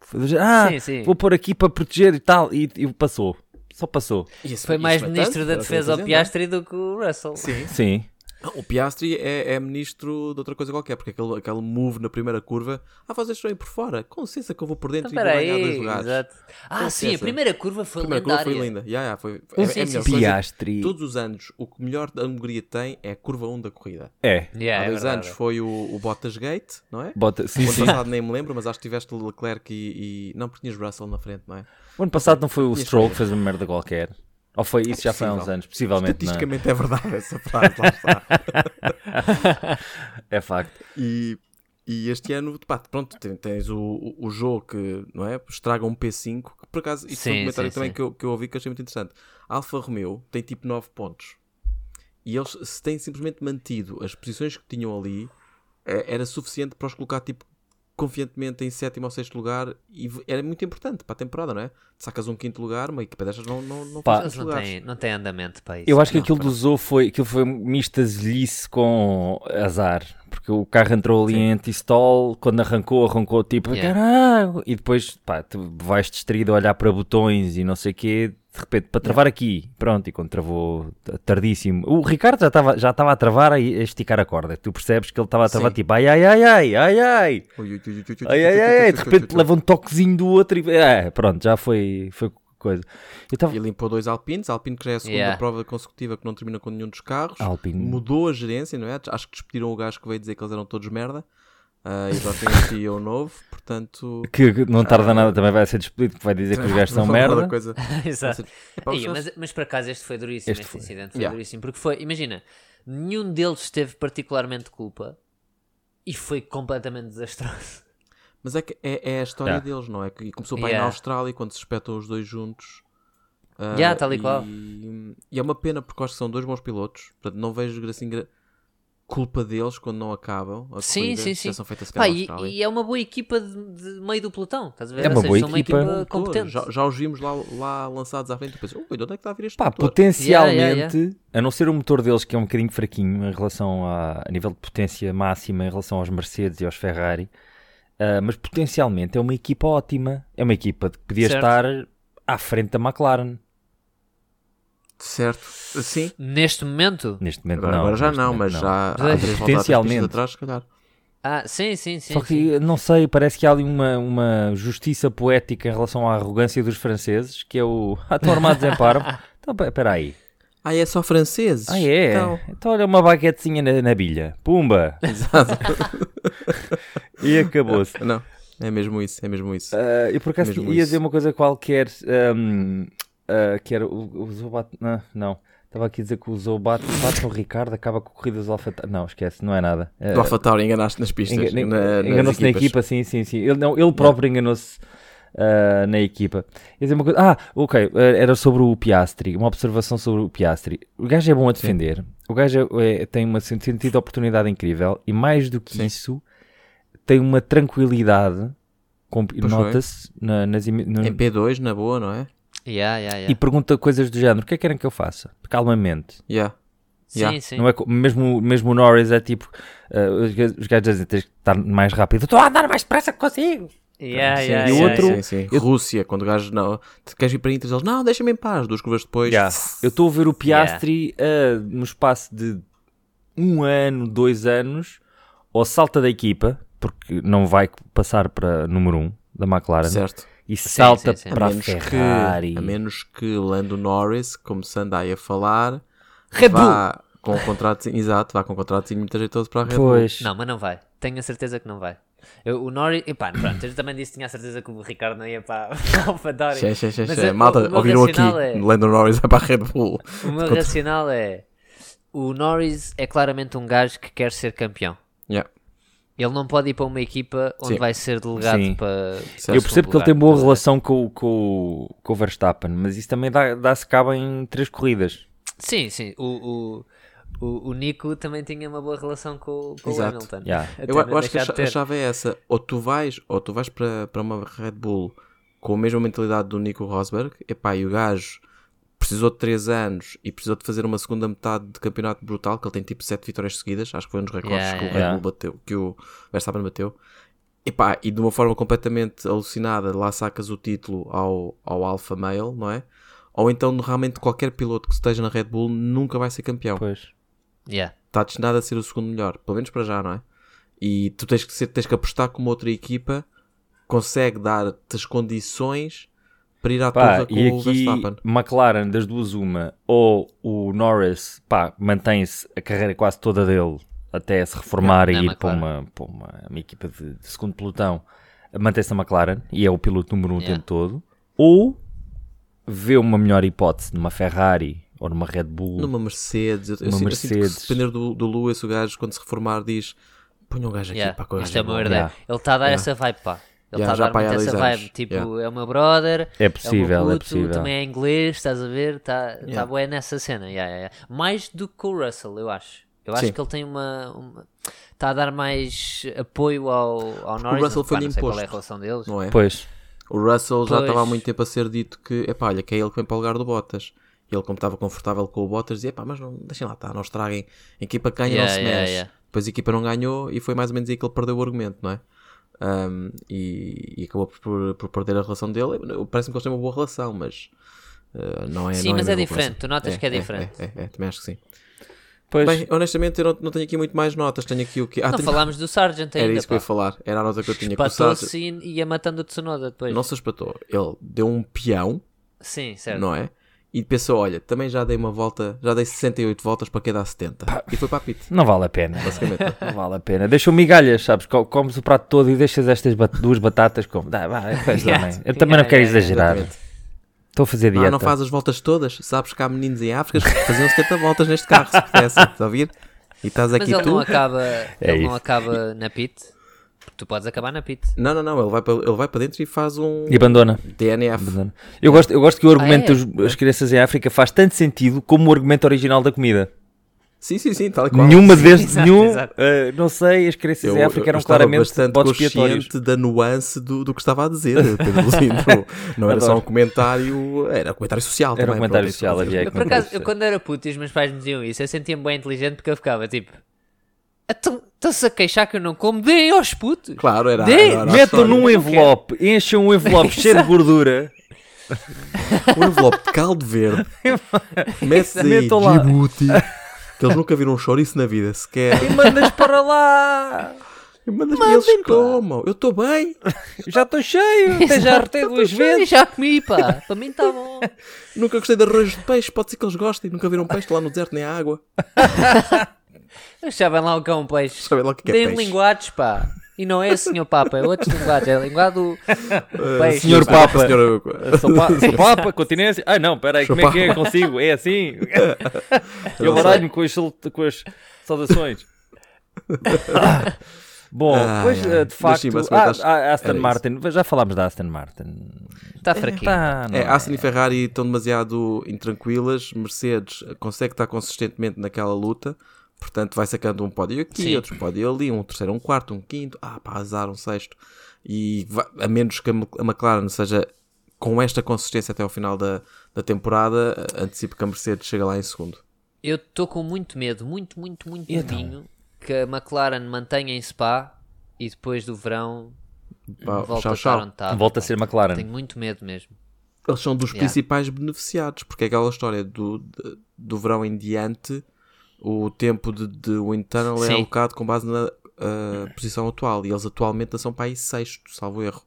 Speaker 1: Foi do género, Ah,
Speaker 2: Sim, sim.
Speaker 1: vou pôr aqui para proteger e tal. E, e passou. Só passou.
Speaker 3: Isso-
Speaker 2: Foi
Speaker 3: isso
Speaker 2: mais
Speaker 3: não é
Speaker 2: ministro
Speaker 3: tanto,
Speaker 2: da
Speaker 3: era o que eu
Speaker 2: defesa ao
Speaker 3: ia dizer,
Speaker 2: Piastri do que o Russell.
Speaker 3: não é? Sim.
Speaker 1: Sim.
Speaker 3: Não, O Piastri é, é ministro de outra coisa qualquer, porque aquele, aquele move na primeira curva. Ah, vocês estão aí por fora. Com licença que eu vou por dentro
Speaker 2: Então,
Speaker 3: e vou
Speaker 2: Espera
Speaker 3: ganhar
Speaker 2: aí,
Speaker 3: dois lugares.
Speaker 2: exato. Ah,
Speaker 3: Com
Speaker 2: sim, a
Speaker 3: licença.
Speaker 2: primeira curva foi
Speaker 3: A primeira curva
Speaker 2: lendária.
Speaker 3: foi linda. Yeah, yeah, foi, é,
Speaker 2: sim,
Speaker 3: é a
Speaker 2: sim,
Speaker 3: melhor
Speaker 2: sim.
Speaker 3: coisa.
Speaker 1: Piastri.
Speaker 3: Todos os anos, o que melhor da Hungria tem é a curva 1 da corrida.
Speaker 1: É.
Speaker 2: Yeah,
Speaker 3: Há
Speaker 2: é
Speaker 3: dois
Speaker 2: verdade.
Speaker 3: anos foi o, o Bottas Gate, não é?
Speaker 1: Bota... Sim,
Speaker 3: o ano
Speaker 1: sim.
Speaker 3: passado nem me lembro, mas acho que tiveste Leclerc e, e- Não, porque tinhas Russell na frente, não é?
Speaker 1: O ano passado não foi o
Speaker 3: Tinhas
Speaker 1: Stroll
Speaker 3: razão.
Speaker 1: que fez uma merda qualquer? Ou foi isso já foi há uns
Speaker 3: possível.
Speaker 1: anos? Possivelmente não.
Speaker 3: Estatisticamente é verdade essa frase, lá está.
Speaker 1: É facto.
Speaker 3: E, e este ano, pá, pronto, ten- tens o, o- o jogo que, não é? Estraga um P5, que por acaso, isso foi um
Speaker 2: Sim,
Speaker 3: comentário
Speaker 2: sim,
Speaker 3: também
Speaker 2: sim.
Speaker 3: Que, eu, que eu ouvi que eu achei muito interessante. A Alfa Romeo tem tipo 9 pontos. E eles se têm simplesmente mantido as posições que tinham ali, eh, era suficiente para os colocar tipo confiantemente em sétimo ou sexto lugar e v- era muito importante para a temporada, não é? Sacas um quinto lugar, uma equipa destas não, não, não
Speaker 1: Pá,
Speaker 3: faz
Speaker 2: Eles
Speaker 3: tantos
Speaker 2: não
Speaker 3: lugares.
Speaker 2: têm, não têm andamento para isso.
Speaker 1: Eu acho que
Speaker 3: Não,
Speaker 1: aquilo do Zou foi, aquilo foi mista zelhice com azar. Porque o carro entrou ali em anti-stall, quando arrancou, arrancou tipo,
Speaker 2: Yeah.
Speaker 1: caralho! E depois, pá, tu vais distraído a olhar para botões e não sei o quê, de repente, para travar aqui. Pronto, e quando travou, t- tardíssimo. O Ricardo já estava já estava a travar, a a esticar a corda. Tu percebes que ele estava a travar
Speaker 3: Sim.
Speaker 1: tipo, ai, ai, ai, ai, ai, ai!
Speaker 3: Ui, ui, ui, ui, ui, ui,
Speaker 1: Ai,
Speaker 3: ui,
Speaker 1: ai,
Speaker 3: ui,
Speaker 1: ai,
Speaker 3: ui,
Speaker 1: ai,
Speaker 3: ui,
Speaker 1: de
Speaker 3: ui,
Speaker 1: repente
Speaker 3: ui,
Speaker 1: leva um toquezinho do outro e. É, pronto, já foi, foi coisa. Eu
Speaker 3: E
Speaker 1: estava.
Speaker 3: limpou dois Alpines. Alpine que já é a segunda
Speaker 2: Yeah.
Speaker 3: prova consecutiva que não termina com nenhum dos carros.
Speaker 1: Alpine.
Speaker 3: Mudou a gerência, não é? Acho que despediram o gajo que veio dizer que eles eram todos merda. Ah, e já tem um CEO novo, portanto.
Speaker 1: Que que não tarda nada, também vai ser despedido, que vai dizer que os gajos são
Speaker 3: Vamos falar
Speaker 1: merda.
Speaker 3: da Coisa.
Speaker 2: Exato.
Speaker 3: Epá,
Speaker 2: Ei,
Speaker 3: mas-
Speaker 2: mas, mas por acaso este foi duríssimo,
Speaker 1: Este
Speaker 2: este,
Speaker 1: foi.
Speaker 2: incidente foi
Speaker 3: Yeah.
Speaker 2: duríssimo. Porque foi, imagina, nenhum deles teve particularmente culpa e foi completamente desastroso.
Speaker 3: Mas é que é, é a história
Speaker 1: Yeah.
Speaker 3: deles, não é? Que começou para ir na
Speaker 2: Yeah.
Speaker 3: Austrália quando se espetam os dois juntos. Ah,
Speaker 2: Yeah, tal e qual.
Speaker 3: E é uma pena porque eu acho que são dois bons pilotos. Portanto, não vejo assim gra- culpa deles quando não acabam. A
Speaker 2: Sim,
Speaker 3: corrida,
Speaker 2: sim,
Speaker 3: se
Speaker 2: sim.
Speaker 3: já São feitas se
Speaker 2: Pá,
Speaker 3: calhar, na
Speaker 2: e,
Speaker 3: Austrália.
Speaker 2: e é uma boa equipa de, de meio do pelotão, estás a ver?
Speaker 1: É
Speaker 2: Ou
Speaker 1: uma
Speaker 2: seja,
Speaker 1: boa
Speaker 2: são
Speaker 1: equipa.
Speaker 2: uma equipa competente.
Speaker 3: Já, já os vimos lá, lá lançados à frente. Depois, ui, de onde é que está a vir este
Speaker 1: Pá,
Speaker 3: motor?
Speaker 1: potencialmente,
Speaker 2: Yeah, yeah,
Speaker 1: a não ser o motor deles que é um bocadinho fraquinho em relação a, a nível de potência máxima em relação aos Mercedes e aos Ferrari, ah, mas potencialmente é uma equipa ótima. É uma equipa que podia
Speaker 2: Certo.
Speaker 1: estar à frente da McLaren.
Speaker 3: Certo, sim.
Speaker 2: Neste momento?
Speaker 1: Neste momento
Speaker 3: Agora,
Speaker 1: não. é
Speaker 3: agora já
Speaker 1: neste
Speaker 3: não, mas
Speaker 1: momento
Speaker 3: já há
Speaker 2: Pois.
Speaker 3: três
Speaker 1: Potencialmente.
Speaker 3: potencialmente atrás, se calhar.
Speaker 2: Ah, sim, sim, sim.
Speaker 1: Só
Speaker 2: sim.
Speaker 1: que não sei, parece que há ali uma, uma justiça poética em relação à arrogância dos franceses, que é o. Ah, estão armados em parvo. Então, pe- espera aí.
Speaker 3: Ah, é só franceses?
Speaker 1: Ah, é?
Speaker 3: Então,
Speaker 1: Então, olha, uma baguetezinha na, na bilha. Pumba! e acabou-se.
Speaker 3: não, é mesmo isso, é mesmo isso.
Speaker 1: Ah, eu por acaso
Speaker 3: Mesmo
Speaker 1: ia
Speaker 3: isso.
Speaker 1: dizer uma coisa qualquer, ahm, ah, que era o, o Zobat... Não, não. Estava aqui a dizer que o Zobat bate no Ricardo, acaba com corridas do Alfa... Não, esquece, não é nada. Ah,
Speaker 3: Do Alfa Tauri enganaste nas pistas.
Speaker 1: Enga-
Speaker 3: na- nas
Speaker 1: Enganou-se na
Speaker 3: equipas.
Speaker 1: equipa, sim, sim, sim. Ele, não, ele próprio enganou-se ah, na equipa. Ia dizer uma coisa- Ah, ok, ah, era sobre o Piastri, uma observação sobre o Piastri. O gajo é bom a defender, o gajo é- é- tem uma sen- sentido de oportunidade incrível e mais do que
Speaker 3: Sim.
Speaker 1: isso, tem uma tranquilidade, com- nota-se na- nas imi- no-
Speaker 3: Em P2, na boa, não é?
Speaker 2: Yeah, yeah,
Speaker 1: e
Speaker 2: yeah.
Speaker 1: pergunta coisas do género, o que é que querem que eu faça? Calmamente.
Speaker 3: Yeah. yeah.
Speaker 2: Sim, sim.
Speaker 1: Não é, co- mesmo, mesmo o Norris é tipo, ah, os ga- os gajos dizem, tens que estar mais rápido, estou a andar mais depressa que consigo. Sim,
Speaker 2: Yeah, yeah,
Speaker 1: e o
Speaker 2: yeah,
Speaker 1: Ah, outro-
Speaker 2: yeah.
Speaker 3: Sim, sim. Rússia, quando o gajo não. "Te Queres ir para Inter? Eles, não, deixa-me em paz. Duas curvas depois.
Speaker 1: Já. Eu estou a ver o Piastri ah, no espaço de um ano, dois anos, ou salta da equipa, porque não vai passar para número um da McLaren,
Speaker 3: Certo.
Speaker 1: e salta
Speaker 2: sim, sim.
Speaker 1: para a,
Speaker 3: menos
Speaker 1: Ferrari.
Speaker 3: Que, a menos que Lando Norris, começando aí a falar,
Speaker 2: Red Bull!
Speaker 3: vá com um contrato, exato, vá com um contrato muito ajeitoso para a Red Bull.
Speaker 1: Pois.
Speaker 2: Não, mas não vai. Tenho a certeza que não vai. Eu, o Norris. Epá, pronto, eu também disse que tinha a certeza que o Ricardo não ia para para o Alphadori.
Speaker 3: Xé, xé, xé,
Speaker 2: Mas
Speaker 3: xé.
Speaker 2: é-
Speaker 3: Malta,
Speaker 2: o meu
Speaker 3: ouviram aqui,
Speaker 2: racional é-
Speaker 3: Lando Norris vai para a Red Bull.
Speaker 2: O meu racional é. O Norris é claramente um gajo que quer ser campeão.
Speaker 3: Yeah.
Speaker 2: Ele não pode ir para uma equipa onde
Speaker 3: Sim.
Speaker 2: vai ser delegado
Speaker 1: Sim.
Speaker 2: para.
Speaker 3: Certo.
Speaker 1: Eu percebo que ele tem boa relação com, o- com, o- com o Verstappen, mas isso também dá- dá-se cabo em três corridas.
Speaker 2: Sim, sim. O, o, o, o Nico também tinha uma boa relação com, com o
Speaker 3: Exato.
Speaker 2: Hamilton.
Speaker 1: Yeah.
Speaker 2: Até
Speaker 3: Eu, eu
Speaker 2: não
Speaker 3: acho que
Speaker 2: deixar
Speaker 3: a,
Speaker 2: de
Speaker 3: cha-
Speaker 2: ter.
Speaker 3: a chave é essa. Ou tu vais, ou tu vais para, para uma Red Bull com a mesma mentalidade do Nico Rosberg. Epá, e o gajo precisou de 3 anos e precisou de fazer uma segunda metade de campeonato brutal, que ele tem tipo 7 vitórias seguidas. Acho que foi um dos recordes
Speaker 2: Yeah,
Speaker 3: que o Red
Speaker 1: yeah.
Speaker 3: Bull bateu, que o Verstappen bateu. Epá, e de uma forma completamente alucinada, lá sacas o título ao, ao Alpha Male, não é? Ou então realmente qualquer piloto que esteja na Red Bull nunca vai ser campeão
Speaker 1: Pois.
Speaker 2: Yeah.
Speaker 3: está destinado a ser o segundo melhor, pelo menos para já, não é? E tu tens que, ser, tens que apostar como outra equipa consegue dar-te as condições para ir à
Speaker 1: Pá,
Speaker 3: torre com
Speaker 1: e
Speaker 3: o
Speaker 1: aqui,
Speaker 3: Verstappen.
Speaker 1: McLaren, das duas, uma, ou o Norris, pá, mantém-se a carreira quase toda dele até se reformar
Speaker 2: Na
Speaker 1: e ir para,
Speaker 2: é McLaren.
Speaker 1: uma, para uma, uma equipa de, de segundo pelotão, mantém-se na McLaren e é o piloto número um o
Speaker 2: Yeah.
Speaker 1: tempo todo, ou vê uma melhor hipótese numa Ferrari ou numa Red Bull.
Speaker 3: Numa Mercedes, eu, eu
Speaker 1: Numa
Speaker 3: sinto- eu sinto que
Speaker 1: Mercedes.
Speaker 3: se depender do, do Lewis, o gajo quando se reformar diz ponha um gajo aqui
Speaker 2: Yeah.
Speaker 3: para coisa.
Speaker 2: Este é o meu herdeiro.
Speaker 1: Yeah.
Speaker 2: Ele está a dar
Speaker 3: Yeah.
Speaker 2: essa vibe, pá. Ele
Speaker 3: Yeah,
Speaker 2: está
Speaker 3: já
Speaker 2: a
Speaker 3: pá,
Speaker 2: dar
Speaker 3: há
Speaker 2: muito
Speaker 3: dois
Speaker 2: essa
Speaker 3: anos.
Speaker 2: vibe. Tipo,
Speaker 3: Yeah.
Speaker 2: é o meu brother.
Speaker 1: É
Speaker 2: é o
Speaker 1: possível,
Speaker 2: meu
Speaker 1: é,
Speaker 2: puto,
Speaker 1: possível.
Speaker 2: Também é inglês, estás a ver? Está tá
Speaker 3: Yeah.
Speaker 2: bué nessa cena. Yeah, yeah, yeah. Mais do que com o Russell, eu acho. Eu acho
Speaker 3: Sim.
Speaker 2: que ele tem uma. uma- Está a dar mais apoio ao, ao Norris.
Speaker 3: o Russell
Speaker 2: pá,
Speaker 3: foi-lhe
Speaker 2: não sei qual é a
Speaker 3: imposto.
Speaker 2: relação deles.
Speaker 3: Não é?
Speaker 1: Pois,
Speaker 3: O Russell já
Speaker 2: Pois.
Speaker 3: estava há muito tempo a ser dito que, epá, olha, que é ele que vem para o lugar do Bottas. E ele, como estava confortável com o Bottas, dizia, epá, mas não, deixem lá, tá, não estraguem. A equipa que ganha
Speaker 2: Yeah,
Speaker 3: não se
Speaker 2: yeah,
Speaker 3: mexe.
Speaker 2: yeah.
Speaker 3: Depois a equipa não ganhou e foi mais ou menos aí que ele perdeu o argumento, não é? Ahm, e, e acabou por, por perder a relação dele. Eu- Parece-me que eles têm uma boa relação, mas ah, não é
Speaker 2: Sim,
Speaker 3: não
Speaker 2: mas
Speaker 3: a
Speaker 2: é
Speaker 3: mesma
Speaker 2: diferente.
Speaker 3: coisa.
Speaker 2: Tu notas que é diferente.
Speaker 3: É, é, é, também acho que sim.
Speaker 1: pois.
Speaker 3: Bem, honestamente, eu não, não tenho aqui muito mais notas. Tenho aqui o que. Ah,
Speaker 2: Não
Speaker 3: tenho-
Speaker 2: falámos do Sargent
Speaker 3: Era
Speaker 2: ainda.
Speaker 3: isso que eu ia
Speaker 2: pá.
Speaker 3: falar. Era a nota que eu tinha. Que o Sartre
Speaker 2: Patou-se e ia matando o Tsunoda depois.
Speaker 3: não se espatou. Ele deu um peão
Speaker 2: Sim, certo.
Speaker 3: não é? E pensou, olha, também já dei uma volta, já dei 68 voltas para quem dá 70. E foi para a pit,
Speaker 1: Não vale a pena.
Speaker 3: basicamente. é?
Speaker 1: Não vale a pena. Deixam migalhas, sabes? Co- Comes o prato todo e deixas estas bat- duas batatas como. Dá, vá, é coisa
Speaker 2: Yeah.
Speaker 1: também. Eu também não quero
Speaker 2: Yeah, yeah,
Speaker 1: exagerar. Estou a fazer dieta.
Speaker 3: Ah, não faz as voltas todas? Sabes que há meninos em África que faziam 70 voltas neste carro, se pudessem, estás a ouvir? E estás
Speaker 2: Mas
Speaker 3: aqui
Speaker 2: ele
Speaker 3: tu... É
Speaker 2: não acaba, ele não
Speaker 1: isso.
Speaker 2: acaba na pit. Porque tu podes acabar na pit.
Speaker 3: Não, não, não, ele vai, para, ele vai para dentro e faz um
Speaker 1: E abandona.
Speaker 3: DNF.
Speaker 1: abandona. Eu, gosto, eu gosto que o argumento
Speaker 2: Ah, é?
Speaker 1: das as crianças em África faz tanto sentido como o argumento original da comida.
Speaker 3: Sim, sim, sim, tal e qual.
Speaker 1: Nenhuma vez,
Speaker 2: exato,
Speaker 1: nenhum.
Speaker 2: exato.
Speaker 1: eh, não sei, as crianças
Speaker 3: Eu,
Speaker 1: em África
Speaker 3: eu
Speaker 1: eram
Speaker 3: estava
Speaker 1: claramente
Speaker 3: bastante
Speaker 1: botes expiatórios.
Speaker 3: consciente da nuance do, do que estava a dizer. Pedro Lindo. não era só um
Speaker 1: Adoro.
Speaker 3: comentário, era um comentário social
Speaker 1: Era um
Speaker 3: também.
Speaker 1: comentário
Speaker 3: pronto,
Speaker 1: social, havia aí
Speaker 2: Eu, por acaso, eu,
Speaker 1: Sim.
Speaker 2: quando era puto e os meus pais me diziam isso, eu sentia-me bem inteligente porque eu ficava tipo: "Então- estão-se a queixar que eu não como? Deem aos putos!
Speaker 3: é Claro, era.
Speaker 2: Dê-
Speaker 3: era- era a
Speaker 1: Metam
Speaker 3: história.
Speaker 1: num envelope, enchem um envelope cheio de gordura.
Speaker 3: um envelope de caldo verde. Metes aí
Speaker 1: Metam lá.
Speaker 3: Djibouti. Que eles nunca viram um chouriço na vida sequer.
Speaker 1: e Mandas para lá!
Speaker 3: E mandas para eles comam. Eu estou bem.
Speaker 1: Já estou cheio, até já retei duas vezes.
Speaker 2: Então, Já comi, pá! Para mim está bom!
Speaker 3: Nunca gostei de arroz de peixe. Pode ser que eles gostem. Nunca viram peixe lá no deserto nem à água.
Speaker 2: Mas sabem lá o que é um peixe.
Speaker 3: Sabem lá o que é
Speaker 2: Deem
Speaker 3: peixe.
Speaker 2: linguados, pá! E não é senhor Papa, é outro linguagem, é a linguagem do
Speaker 3: Ah,
Speaker 2: peixe.
Speaker 1: senhor
Speaker 3: Desculpa,
Speaker 1: Papa.
Speaker 3: senhora-
Speaker 1: Sou, pa sou papa, continência. Ah, não, peraí, como é que é? Consigo? É assim? Eu baralho-me com, as sal- com as saudações. Bom,
Speaker 3: Ai,
Speaker 1: pois
Speaker 3: ai.
Speaker 1: eh, de facto,
Speaker 3: Mas sim, basicamente
Speaker 1: ah,
Speaker 3: acho-
Speaker 1: ah, Aston
Speaker 3: era isso.
Speaker 1: Martin, já falámos da Aston Martin.
Speaker 2: Está fraquinho.
Speaker 1: Tá, não
Speaker 3: É, Aston e Ferrari estão demasiado intranquilas. Mercedes consegue estar consistentemente naquela luta. Portanto, vai sacando um pódio aqui,
Speaker 2: Sim.
Speaker 3: outro pódio ali, um terceiro, um quarto, um quinto. Ah, pá, azar, um sexto. E va- a menos que a M- a McLaren seja com esta consistência até ao final da, da temporada, antecipo que a Mercedes chega lá em segundo.
Speaker 2: Eu estou com muito medo, muito, muito, muito
Speaker 1: Então.
Speaker 2: medinho que a McLaren mantenha em Spa e depois do verão
Speaker 3: Pá,
Speaker 2: volta
Speaker 3: tchau,
Speaker 2: a estar
Speaker 3: tchau.
Speaker 2: onde está.
Speaker 1: Volta a ser McLaren.
Speaker 2: Tenho muito medo mesmo.
Speaker 3: Eles são dos
Speaker 2: Yeah.
Speaker 3: principais beneficiados, porque é aquela história do, de- do verão em diante, o tempo de, de wind tunnel é
Speaker 2: Sim.
Speaker 3: alocado com base na ah, posição atual, e eles atualmente são para aí sexto, salvo erro.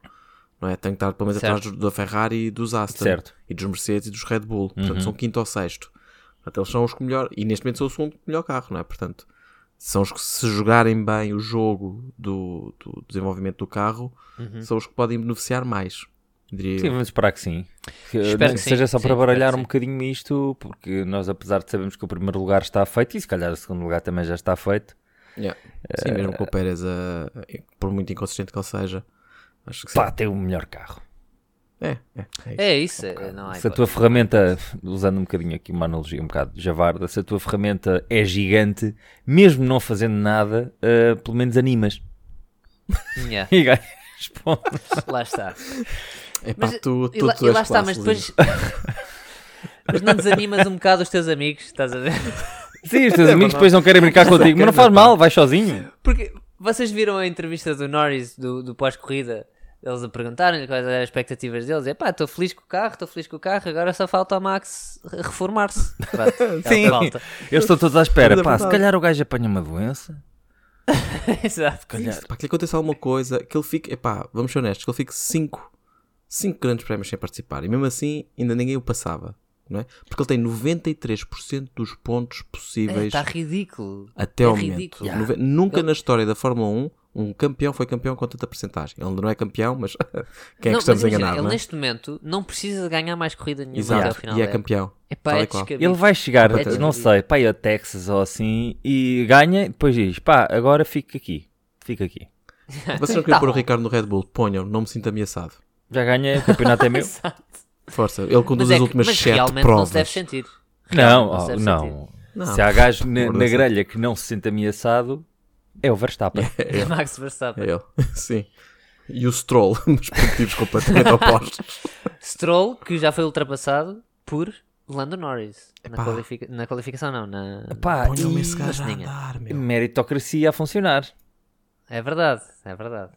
Speaker 3: Não é? Tem que estar pelo menos
Speaker 2: Certo.
Speaker 3: atrás do- da Ferrari e dos Aston,
Speaker 1: Certo.
Speaker 3: e dos Mercedes e dos Red Bull,
Speaker 2: Uhum.
Speaker 3: portanto são quinto ou sexto. Portanto, eles são os que melhor, e neste momento são o segundo melhor carro, não é? Portanto, são os que se jogarem bem o jogo do, do desenvolvimento do carro,
Speaker 2: Uhum.
Speaker 3: são os que podem beneficiar mais. Diria
Speaker 1: Sim,
Speaker 3: eu.
Speaker 1: vamos esperar que sim. Que,
Speaker 2: Espero
Speaker 1: nem
Speaker 2: que sim,
Speaker 1: seja só
Speaker 2: sim,
Speaker 1: para
Speaker 2: espero
Speaker 1: baralhar
Speaker 2: que
Speaker 1: um
Speaker 2: sim.
Speaker 1: bocadinho isto, porque nós, apesar de sabermos que o primeiro lugar está feito, e se calhar o segundo lugar também já está feito,
Speaker 3: Yeah. Sim, mesmo com o Pérez, a- por muito inconsistente que ele seja, acho que sim.
Speaker 1: Pá, tem o melhor carro.
Speaker 3: É, é, é
Speaker 2: É isso, é- não há
Speaker 1: Se a
Speaker 2: hipótese.
Speaker 1: tua ferramenta, usando um bocadinho aqui uma analogia um bocado javarda, se a tua ferramenta é gigante, mesmo não fazendo nada, ah, pelo menos animas.
Speaker 2: Yeah,
Speaker 1: E ganhas pontos.
Speaker 2: Lá está.
Speaker 3: isso. Epá, É tu, tu,
Speaker 2: e lá,
Speaker 3: tu
Speaker 2: e
Speaker 3: és
Speaker 2: lá está, mas
Speaker 3: classe, Luís.
Speaker 2: depois. mas não desanimas um bocado os teus amigos, estás a ver?
Speaker 1: Sim, os teus amigos depois não É querem brincar contigo, mas não faz mal, vais sozinho.
Speaker 2: Porque vocês viram a entrevista do Norris do, do pós-corrida? Eles a perguntaram-lhe quais eram as expectativas deles. É pá, estou feliz com o carro, estou feliz com o carro, agora só falta ao Max re- reformar-se. Pronto, é o que
Speaker 1: Sim.
Speaker 2: falta.
Speaker 1: Eu estou todos à espera.
Speaker 3: Mas é
Speaker 1: Pá, se
Speaker 3: verdade.
Speaker 1: calhar o gajo apanha uma doença.
Speaker 2: Exato.
Speaker 3: Isso, pá, que lhe aconteça alguma coisa, que ele fique, epá, vamos ser honestos, que ele fique 5 cinco grandes prémios sem participar e mesmo assim ainda ninguém o passava, não é? Porque ele tem 93% dos pontos possíveis
Speaker 2: Está É, ridículo. tá
Speaker 3: até
Speaker 2: é
Speaker 3: ao momento.
Speaker 2: ridículo.
Speaker 3: Nove- Nunca na história da Fórmula 1 um campeão foi campeão com tanta percentagem. Ele ainda não é campeão, mas quem é que
Speaker 2: Não, mas
Speaker 3: estamos a
Speaker 2: imagina,
Speaker 3: enganar,
Speaker 2: ele
Speaker 3: não é?
Speaker 2: neste momento não precisa de ganhar mais corrida nenhuma até ao
Speaker 3: Exato,
Speaker 2: final.
Speaker 3: e é
Speaker 2: dela.
Speaker 3: campeão.
Speaker 2: Epá,
Speaker 3: Tal
Speaker 2: é
Speaker 3: e qual.
Speaker 2: descabido.
Speaker 1: Ele vai chegar,
Speaker 2: Completamente.
Speaker 1: não sei, pá, a Texas ou assim, e ganha, e depois diz, pá, agora fica aqui, fica aqui.
Speaker 3: Vocês não queriam
Speaker 2: Tá
Speaker 3: pôr o
Speaker 2: bom.
Speaker 3: Ricardo no Red Bull? Ponham, não me sinto ameaçado.
Speaker 1: Já ganhei, o campeonato é meu.
Speaker 3: Força, ele conduz
Speaker 2: Mas é
Speaker 3: as
Speaker 2: que-
Speaker 3: últimas
Speaker 2: mas
Speaker 3: 7
Speaker 2: realmente não
Speaker 3: provas.
Speaker 2: se deve sentir.
Speaker 1: Não,
Speaker 2: Não
Speaker 1: oh,
Speaker 2: serve
Speaker 1: não.
Speaker 3: Não,
Speaker 1: Se há gajo
Speaker 3: por
Speaker 1: na,
Speaker 3: amor
Speaker 1: na
Speaker 3: de Deus.
Speaker 1: grelha que não se sente ameaçado, é o Verstappen.
Speaker 2: Max Verstappen.
Speaker 3: É ele, sim. E o Stroll, mas por motivos completamente opostos.
Speaker 1: É.
Speaker 2: Stroll, que já foi ultrapassado por Lando Norris. Na,
Speaker 3: Epá.
Speaker 2: qualifica- na qualificação, não. Na...
Speaker 1: Pá, e é
Speaker 2: ninguém.
Speaker 3: andar, meu.
Speaker 1: meritocracia a funcionar.
Speaker 2: É verdade, é verdade.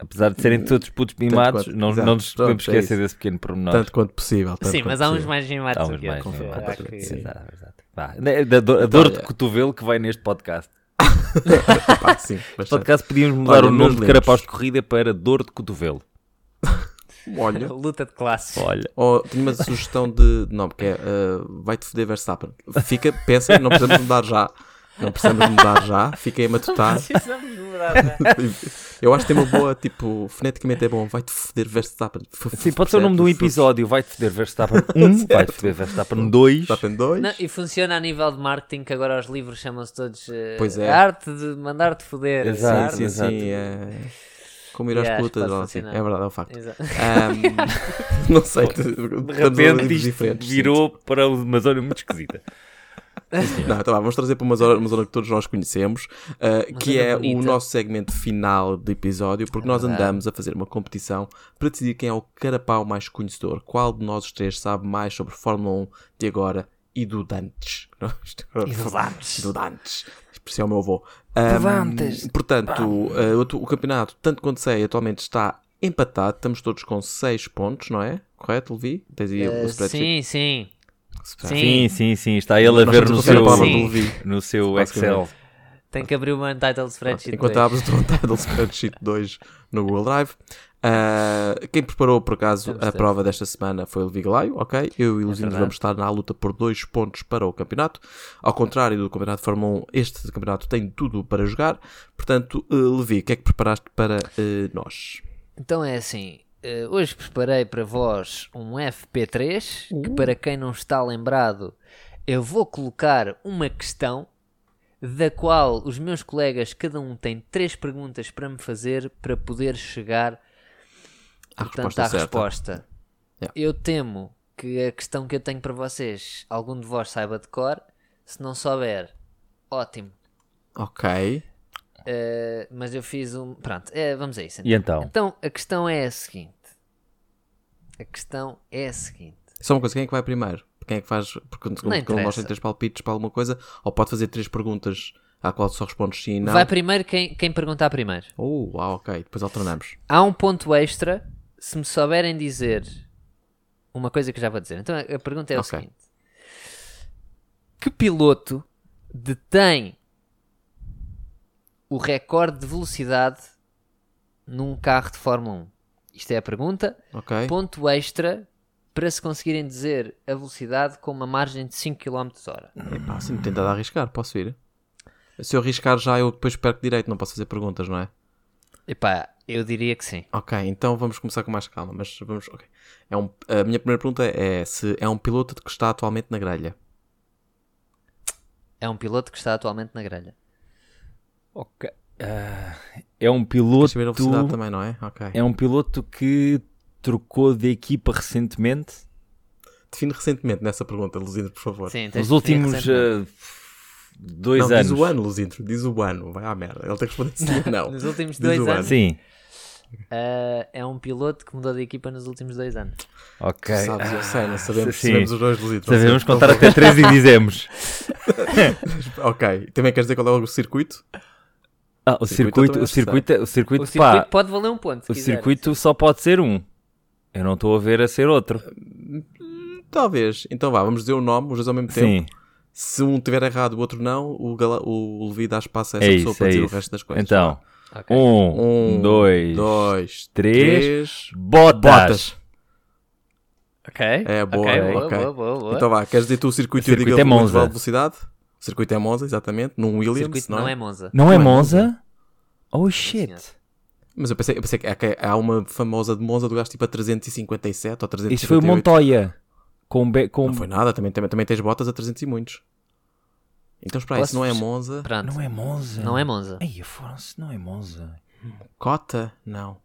Speaker 1: Apesar de serem todos putos mimados,
Speaker 3: Hum, quanto-
Speaker 1: não,
Speaker 3: exato,
Speaker 1: não nos podemos
Speaker 3: pronto, é
Speaker 1: esquecer
Speaker 3: isso.
Speaker 1: desse pequeno pormenor.
Speaker 3: Tanto quanto possível. tanto
Speaker 2: Sim, mas
Speaker 3: quanto
Speaker 2: há um uns
Speaker 3: possível.
Speaker 2: mais
Speaker 1: Há
Speaker 2: mimados
Speaker 1: uns
Speaker 2: do que eu,
Speaker 1: mais,
Speaker 2: confio.
Speaker 1: não é?
Speaker 2: Acho que-
Speaker 3: Sim. Então,
Speaker 1: Exato, exato. Vá, né, da do- a dor de
Speaker 3: olha.
Speaker 1: cotovelo que vai neste podcast.
Speaker 3: Pá, sim,
Speaker 1: Este
Speaker 3: bastante.
Speaker 1: podcast podíamos mudar
Speaker 3: Olha,
Speaker 1: o
Speaker 3: meus
Speaker 1: nome de
Speaker 3: lindos.
Speaker 1: carapaus de corrida para dor de cotovelo.
Speaker 3: Olha,
Speaker 2: é Luta de classes.
Speaker 1: Olha,
Speaker 3: oh, tenho uma sugestão de de nome que é ah, vai-te foder Verstappen. Fica, pensa, não precisamos mudar já. Não precisamos mudar já. Fiquei a matutar.
Speaker 2: Precisamos de mudar, não é?
Speaker 3: Eu acho que tem uma boa, tipo, foneticamente é bom. Vai-te foder Verstappen.
Speaker 1: sim, pode ser o nome de um episódio. Vai-te foder Verstappen 1, vai-te foder Verstappen 2.
Speaker 3: Verstappen 2.
Speaker 2: Não, e funciona a nível de marketing que agora os livros chamam-se todos eh,
Speaker 3: Pois é.
Speaker 2: a arte de mandar-te foder. a
Speaker 1: Exato,
Speaker 2: arte-
Speaker 3: sim, sim,
Speaker 1: exato.
Speaker 3: sim. É... Como ir às
Speaker 2: Yeah, acho que
Speaker 3: putas.
Speaker 2: pode
Speaker 3: ou assim. É
Speaker 2: funcionar.
Speaker 3: verdade, é um facto.
Speaker 2: Exato.
Speaker 3: Ahm, não sei, te-
Speaker 1: De
Speaker 3: estamos a níveis
Speaker 1: repente isto
Speaker 3: diferentes, sim.
Speaker 1: virou para uma zona muito esquisita.
Speaker 3: Não, tá bom, vamos trazer para uma zona, uma zona que todos nós conhecemos, uh, que
Speaker 2: zona
Speaker 3: é o
Speaker 2: bonita. É
Speaker 3: nosso segmento final do episódio, porque nós andamos a fazer uma competição para decidir quem é o carapau mais conhecedor. Qual de nós os três sabe mais sobre Fórmula 1 de agora e do Dantes?
Speaker 2: E do Dantes.
Speaker 3: Do Dantes. Especial meu avô. Um, Portanto, uh, o, tu- o campeonato, tanto quanto sei, atualmente está empatado. Estamos todos com 6 pontos, não é? Correto, Levi? Tens aí
Speaker 2: Eh,
Speaker 3: o
Speaker 2: sim,
Speaker 3: spreadsheet?
Speaker 2: sim.
Speaker 1: Sim,
Speaker 2: Sim.
Speaker 1: sim, sim. Está ele a
Speaker 3: Nós
Speaker 1: ver
Speaker 3: temos
Speaker 1: no
Speaker 3: o carapau
Speaker 1: seu,
Speaker 2: Sim.
Speaker 3: do Levi.
Speaker 1: no seu
Speaker 3: Basicamente.
Speaker 1: Excel.
Speaker 2: Tem que abrir uma Untitled Spreadsheet.
Speaker 3: Ah, Enquanto
Speaker 2: dois.
Speaker 3: abres o teu Untitled Spreadsheet 2 no Google Drive. Ah, quem preparou, por acaso,
Speaker 2: Vamos
Speaker 3: a
Speaker 2: ter.
Speaker 3: prova desta semana foi o Vigalaio, ok? Eu e o Luzinho
Speaker 2: É verdade.
Speaker 3: vamos estar na luta por dois pontos para o campeonato. Ao contrário do campeonato de Fórmula 1, este campeonato tem tudo para jogar. Portanto, eh, Levi, o que é que preparaste para eh, nós?
Speaker 2: Então é assim. eh, hoje preparei para vós um FP3, que para quem não está lembrado, eu vou colocar uma questão da qual os meus colegas, cada um tem três perguntas para me fazer para poder chegar
Speaker 3: A
Speaker 2: portanto, à resposta.
Speaker 3: Yeah.
Speaker 2: Eu temo que a questão que eu tenho para vocês, algum de vós saiba de cor, se não souber, ótimo.
Speaker 3: Ok.
Speaker 2: Eh, mas eu fiz um. Pronto, eh, vamos a isso.
Speaker 1: E então?
Speaker 2: Então, a questão é a seguinte. A questão é a seguinte.
Speaker 3: Só uma coisa, quem é que vai primeiro? Quem é que faz? Porque como
Speaker 2: Não
Speaker 3: ele mostra
Speaker 2: interessa.
Speaker 3: três palpites para alguma coisa, ou pode fazer três perguntas à qual só respondes sim e não.
Speaker 2: Vai primeiro quem, quem perguntar primeiro.
Speaker 3: Oh, uau, ok. Depois alternamos.
Speaker 2: Há um ponto extra se me souberem dizer uma coisa que já vou dizer. Então a a pergunta é o
Speaker 3: Ok.
Speaker 2: seguinte: Que piloto detém o recorde de velocidade num carro de Fórmula 1? Isto é a pergunta.
Speaker 3: Ok.
Speaker 2: Ponto extra para se conseguirem dizer a velocidade com uma margem de 5 km hora.
Speaker 3: Epá, assim me tentado arriscar, posso ir? Se eu arriscar já, eu depois perco direito, não posso fazer perguntas, não é?
Speaker 2: Epá, eu diria que sim.
Speaker 3: Ok, então vamos começar com mais calma, mas vamos. ok. É um, a minha primeira pergunta é se é um piloto que está atualmente na grelha.
Speaker 2: É um piloto que está atualmente na grelha.
Speaker 1: Ok. Ah, é um piloto.
Speaker 3: Deixa eu ver a velocidade também, não é? Ok.
Speaker 1: É um piloto que trocou de equipa recentemente.
Speaker 3: Define recentemente nessa pergunta, Luzindo, por favor.
Speaker 2: Sim,
Speaker 1: Nos
Speaker 2: tens de definir
Speaker 1: últimos
Speaker 2: recentemente.
Speaker 1: ah, dois
Speaker 3: não,
Speaker 1: anos.
Speaker 3: diz o ano, Luzindo. Diz o ano. Vai à merda. Ele tem que responder sim ou
Speaker 1: eh,
Speaker 3: não. é?
Speaker 2: Nos últimos
Speaker 3: diz o
Speaker 2: dois
Speaker 3: ano.
Speaker 2: anos.
Speaker 1: Sim.
Speaker 2: Ah, é um piloto que mudou de equipa nos últimos dois anos.
Speaker 1: Ok. Ah,
Speaker 3: Tu Sabes, eu sei, nós sabemos,
Speaker 1: sim.
Speaker 3: sabemos os dois Luzindo.
Speaker 1: Sabemos
Speaker 3: Então,
Speaker 1: contar até três e dizemos.
Speaker 3: tipo, Ok. Também queres dizer qual é o circuito?
Speaker 1: Ah, o circuito,
Speaker 3: também é
Speaker 1: o
Speaker 3: acho que
Speaker 1: circuito, é, o
Speaker 2: O
Speaker 1: circuito,
Speaker 2: circuito
Speaker 1: pá,
Speaker 2: pode valer um ponto. se
Speaker 1: o
Speaker 2: quiser.
Speaker 1: circuito só pode ser um. Eu não estou a ver a ser outro.
Speaker 3: um. Talvez. Então vá, vamos dizer o nome, os dois ao mesmo
Speaker 1: Sim,
Speaker 3: tempo. Se um tiver errado o outro não, o, Gala- o Levi dá espaço a essa
Speaker 1: é
Speaker 3: pessoa
Speaker 1: isso,
Speaker 3: para
Speaker 1: é
Speaker 3: dizer
Speaker 1: isso.
Speaker 3: o resto das coisas.
Speaker 1: Então,
Speaker 2: Ok.
Speaker 1: um,
Speaker 3: Um,
Speaker 1: dois,
Speaker 3: dois,
Speaker 1: três.
Speaker 3: três.
Speaker 1: botas.
Speaker 3: Botas.
Speaker 2: Ok.
Speaker 3: É, boa,
Speaker 2: Ok,
Speaker 3: ok.
Speaker 2: boa, boa, boa.
Speaker 3: Então vá, queres dizer tu o circuito,
Speaker 1: O
Speaker 3: e eu digo
Speaker 1: circuito
Speaker 3: a
Speaker 1: é Monza.
Speaker 3: intervalo de velocidade? O circuito é Monza, exatamente, num
Speaker 2: o
Speaker 3: Williams,
Speaker 2: circuito
Speaker 3: não,
Speaker 2: não é
Speaker 3: é?
Speaker 2: Monza.
Speaker 1: Não é
Speaker 3: Não é
Speaker 1: Monza? Oh shit.
Speaker 3: Mas eu pensei, eu pensei que, é que há uma famosa de Monza do gasto tipo a 357 ou 358.
Speaker 1: Isso foi um o Montoya. Com, be- com...
Speaker 3: Não foi nada, também, também, também tens botas a 300 e muitos. Então espera, aí,
Speaker 2: Posso-
Speaker 3: isso não é Monza.
Speaker 2: Pronto.
Speaker 1: Não é Monza?
Speaker 2: Não é Monza.
Speaker 1: Ai, foram-se, não é Monza.
Speaker 3: Cota? Não.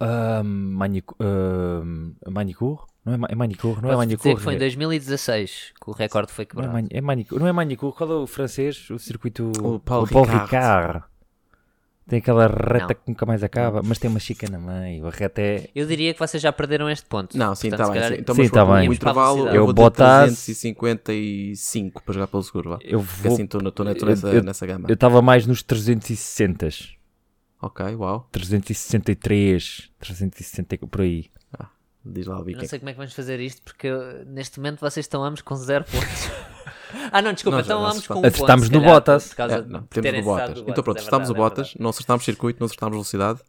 Speaker 1: Ah, Manicu... ah, Manicure? Não é, ma- é Manicure? Não é
Speaker 2: Posso dizer
Speaker 1: Manicure?
Speaker 2: que foi em 2016 que o recorde
Speaker 1: Não
Speaker 2: foi
Speaker 1: é,
Speaker 2: quebrado.
Speaker 1: Mani- é Manicure. Não é Manicure. Qual é o francês? O circuito...
Speaker 3: O Paul Ricard.
Speaker 1: Tem aquela reta
Speaker 2: Não.
Speaker 1: que nunca mais acaba, mas tem uma chica na meio. A reta é...
Speaker 2: Eu diria que vocês já perderam este ponto.
Speaker 3: Não, sim,
Speaker 2: Portanto,
Speaker 3: está
Speaker 2: se
Speaker 3: bem.
Speaker 2: calhar- é
Speaker 3: sim. Então,
Speaker 1: Sim,
Speaker 3: mas
Speaker 1: tá
Speaker 3: pronto,
Speaker 1: bem.
Speaker 3: o intervalo
Speaker 2: Eu
Speaker 3: eu vou dizer
Speaker 1: botasse-
Speaker 3: 355 para jogar pelo seguro. Vá.
Speaker 1: Eu
Speaker 3: Porque
Speaker 1: vou...
Speaker 3: assim estou
Speaker 1: eu-
Speaker 3: nessa,
Speaker 1: eu-
Speaker 3: nessa gama.
Speaker 1: Eu estava mais nos 360.
Speaker 3: Ok, uau.
Speaker 1: 363. 360 por aí.
Speaker 3: Diz lá o
Speaker 2: Eu
Speaker 3: Vicky.
Speaker 2: não sei como é que vamos fazer isto porque uh, neste momento vocês estão ambos com 0 pontos. ah, não, desculpa,
Speaker 3: Nós já
Speaker 2: estão
Speaker 3: não
Speaker 2: ambos com 1 ponto.
Speaker 1: acertámos
Speaker 2: se
Speaker 1: no
Speaker 2: calhar,
Speaker 1: Bottas.
Speaker 2: por causa
Speaker 3: É,
Speaker 2: de
Speaker 3: não,
Speaker 2: terem
Speaker 3: temos o
Speaker 2: acertado
Speaker 3: Bottas.
Speaker 2: do
Speaker 3: Então pronto,
Speaker 2: é
Speaker 3: acertámos o
Speaker 2: verdade, é
Speaker 3: Bottas,
Speaker 2: verdade.
Speaker 3: não acertámos circuito, não acertámos velocidade.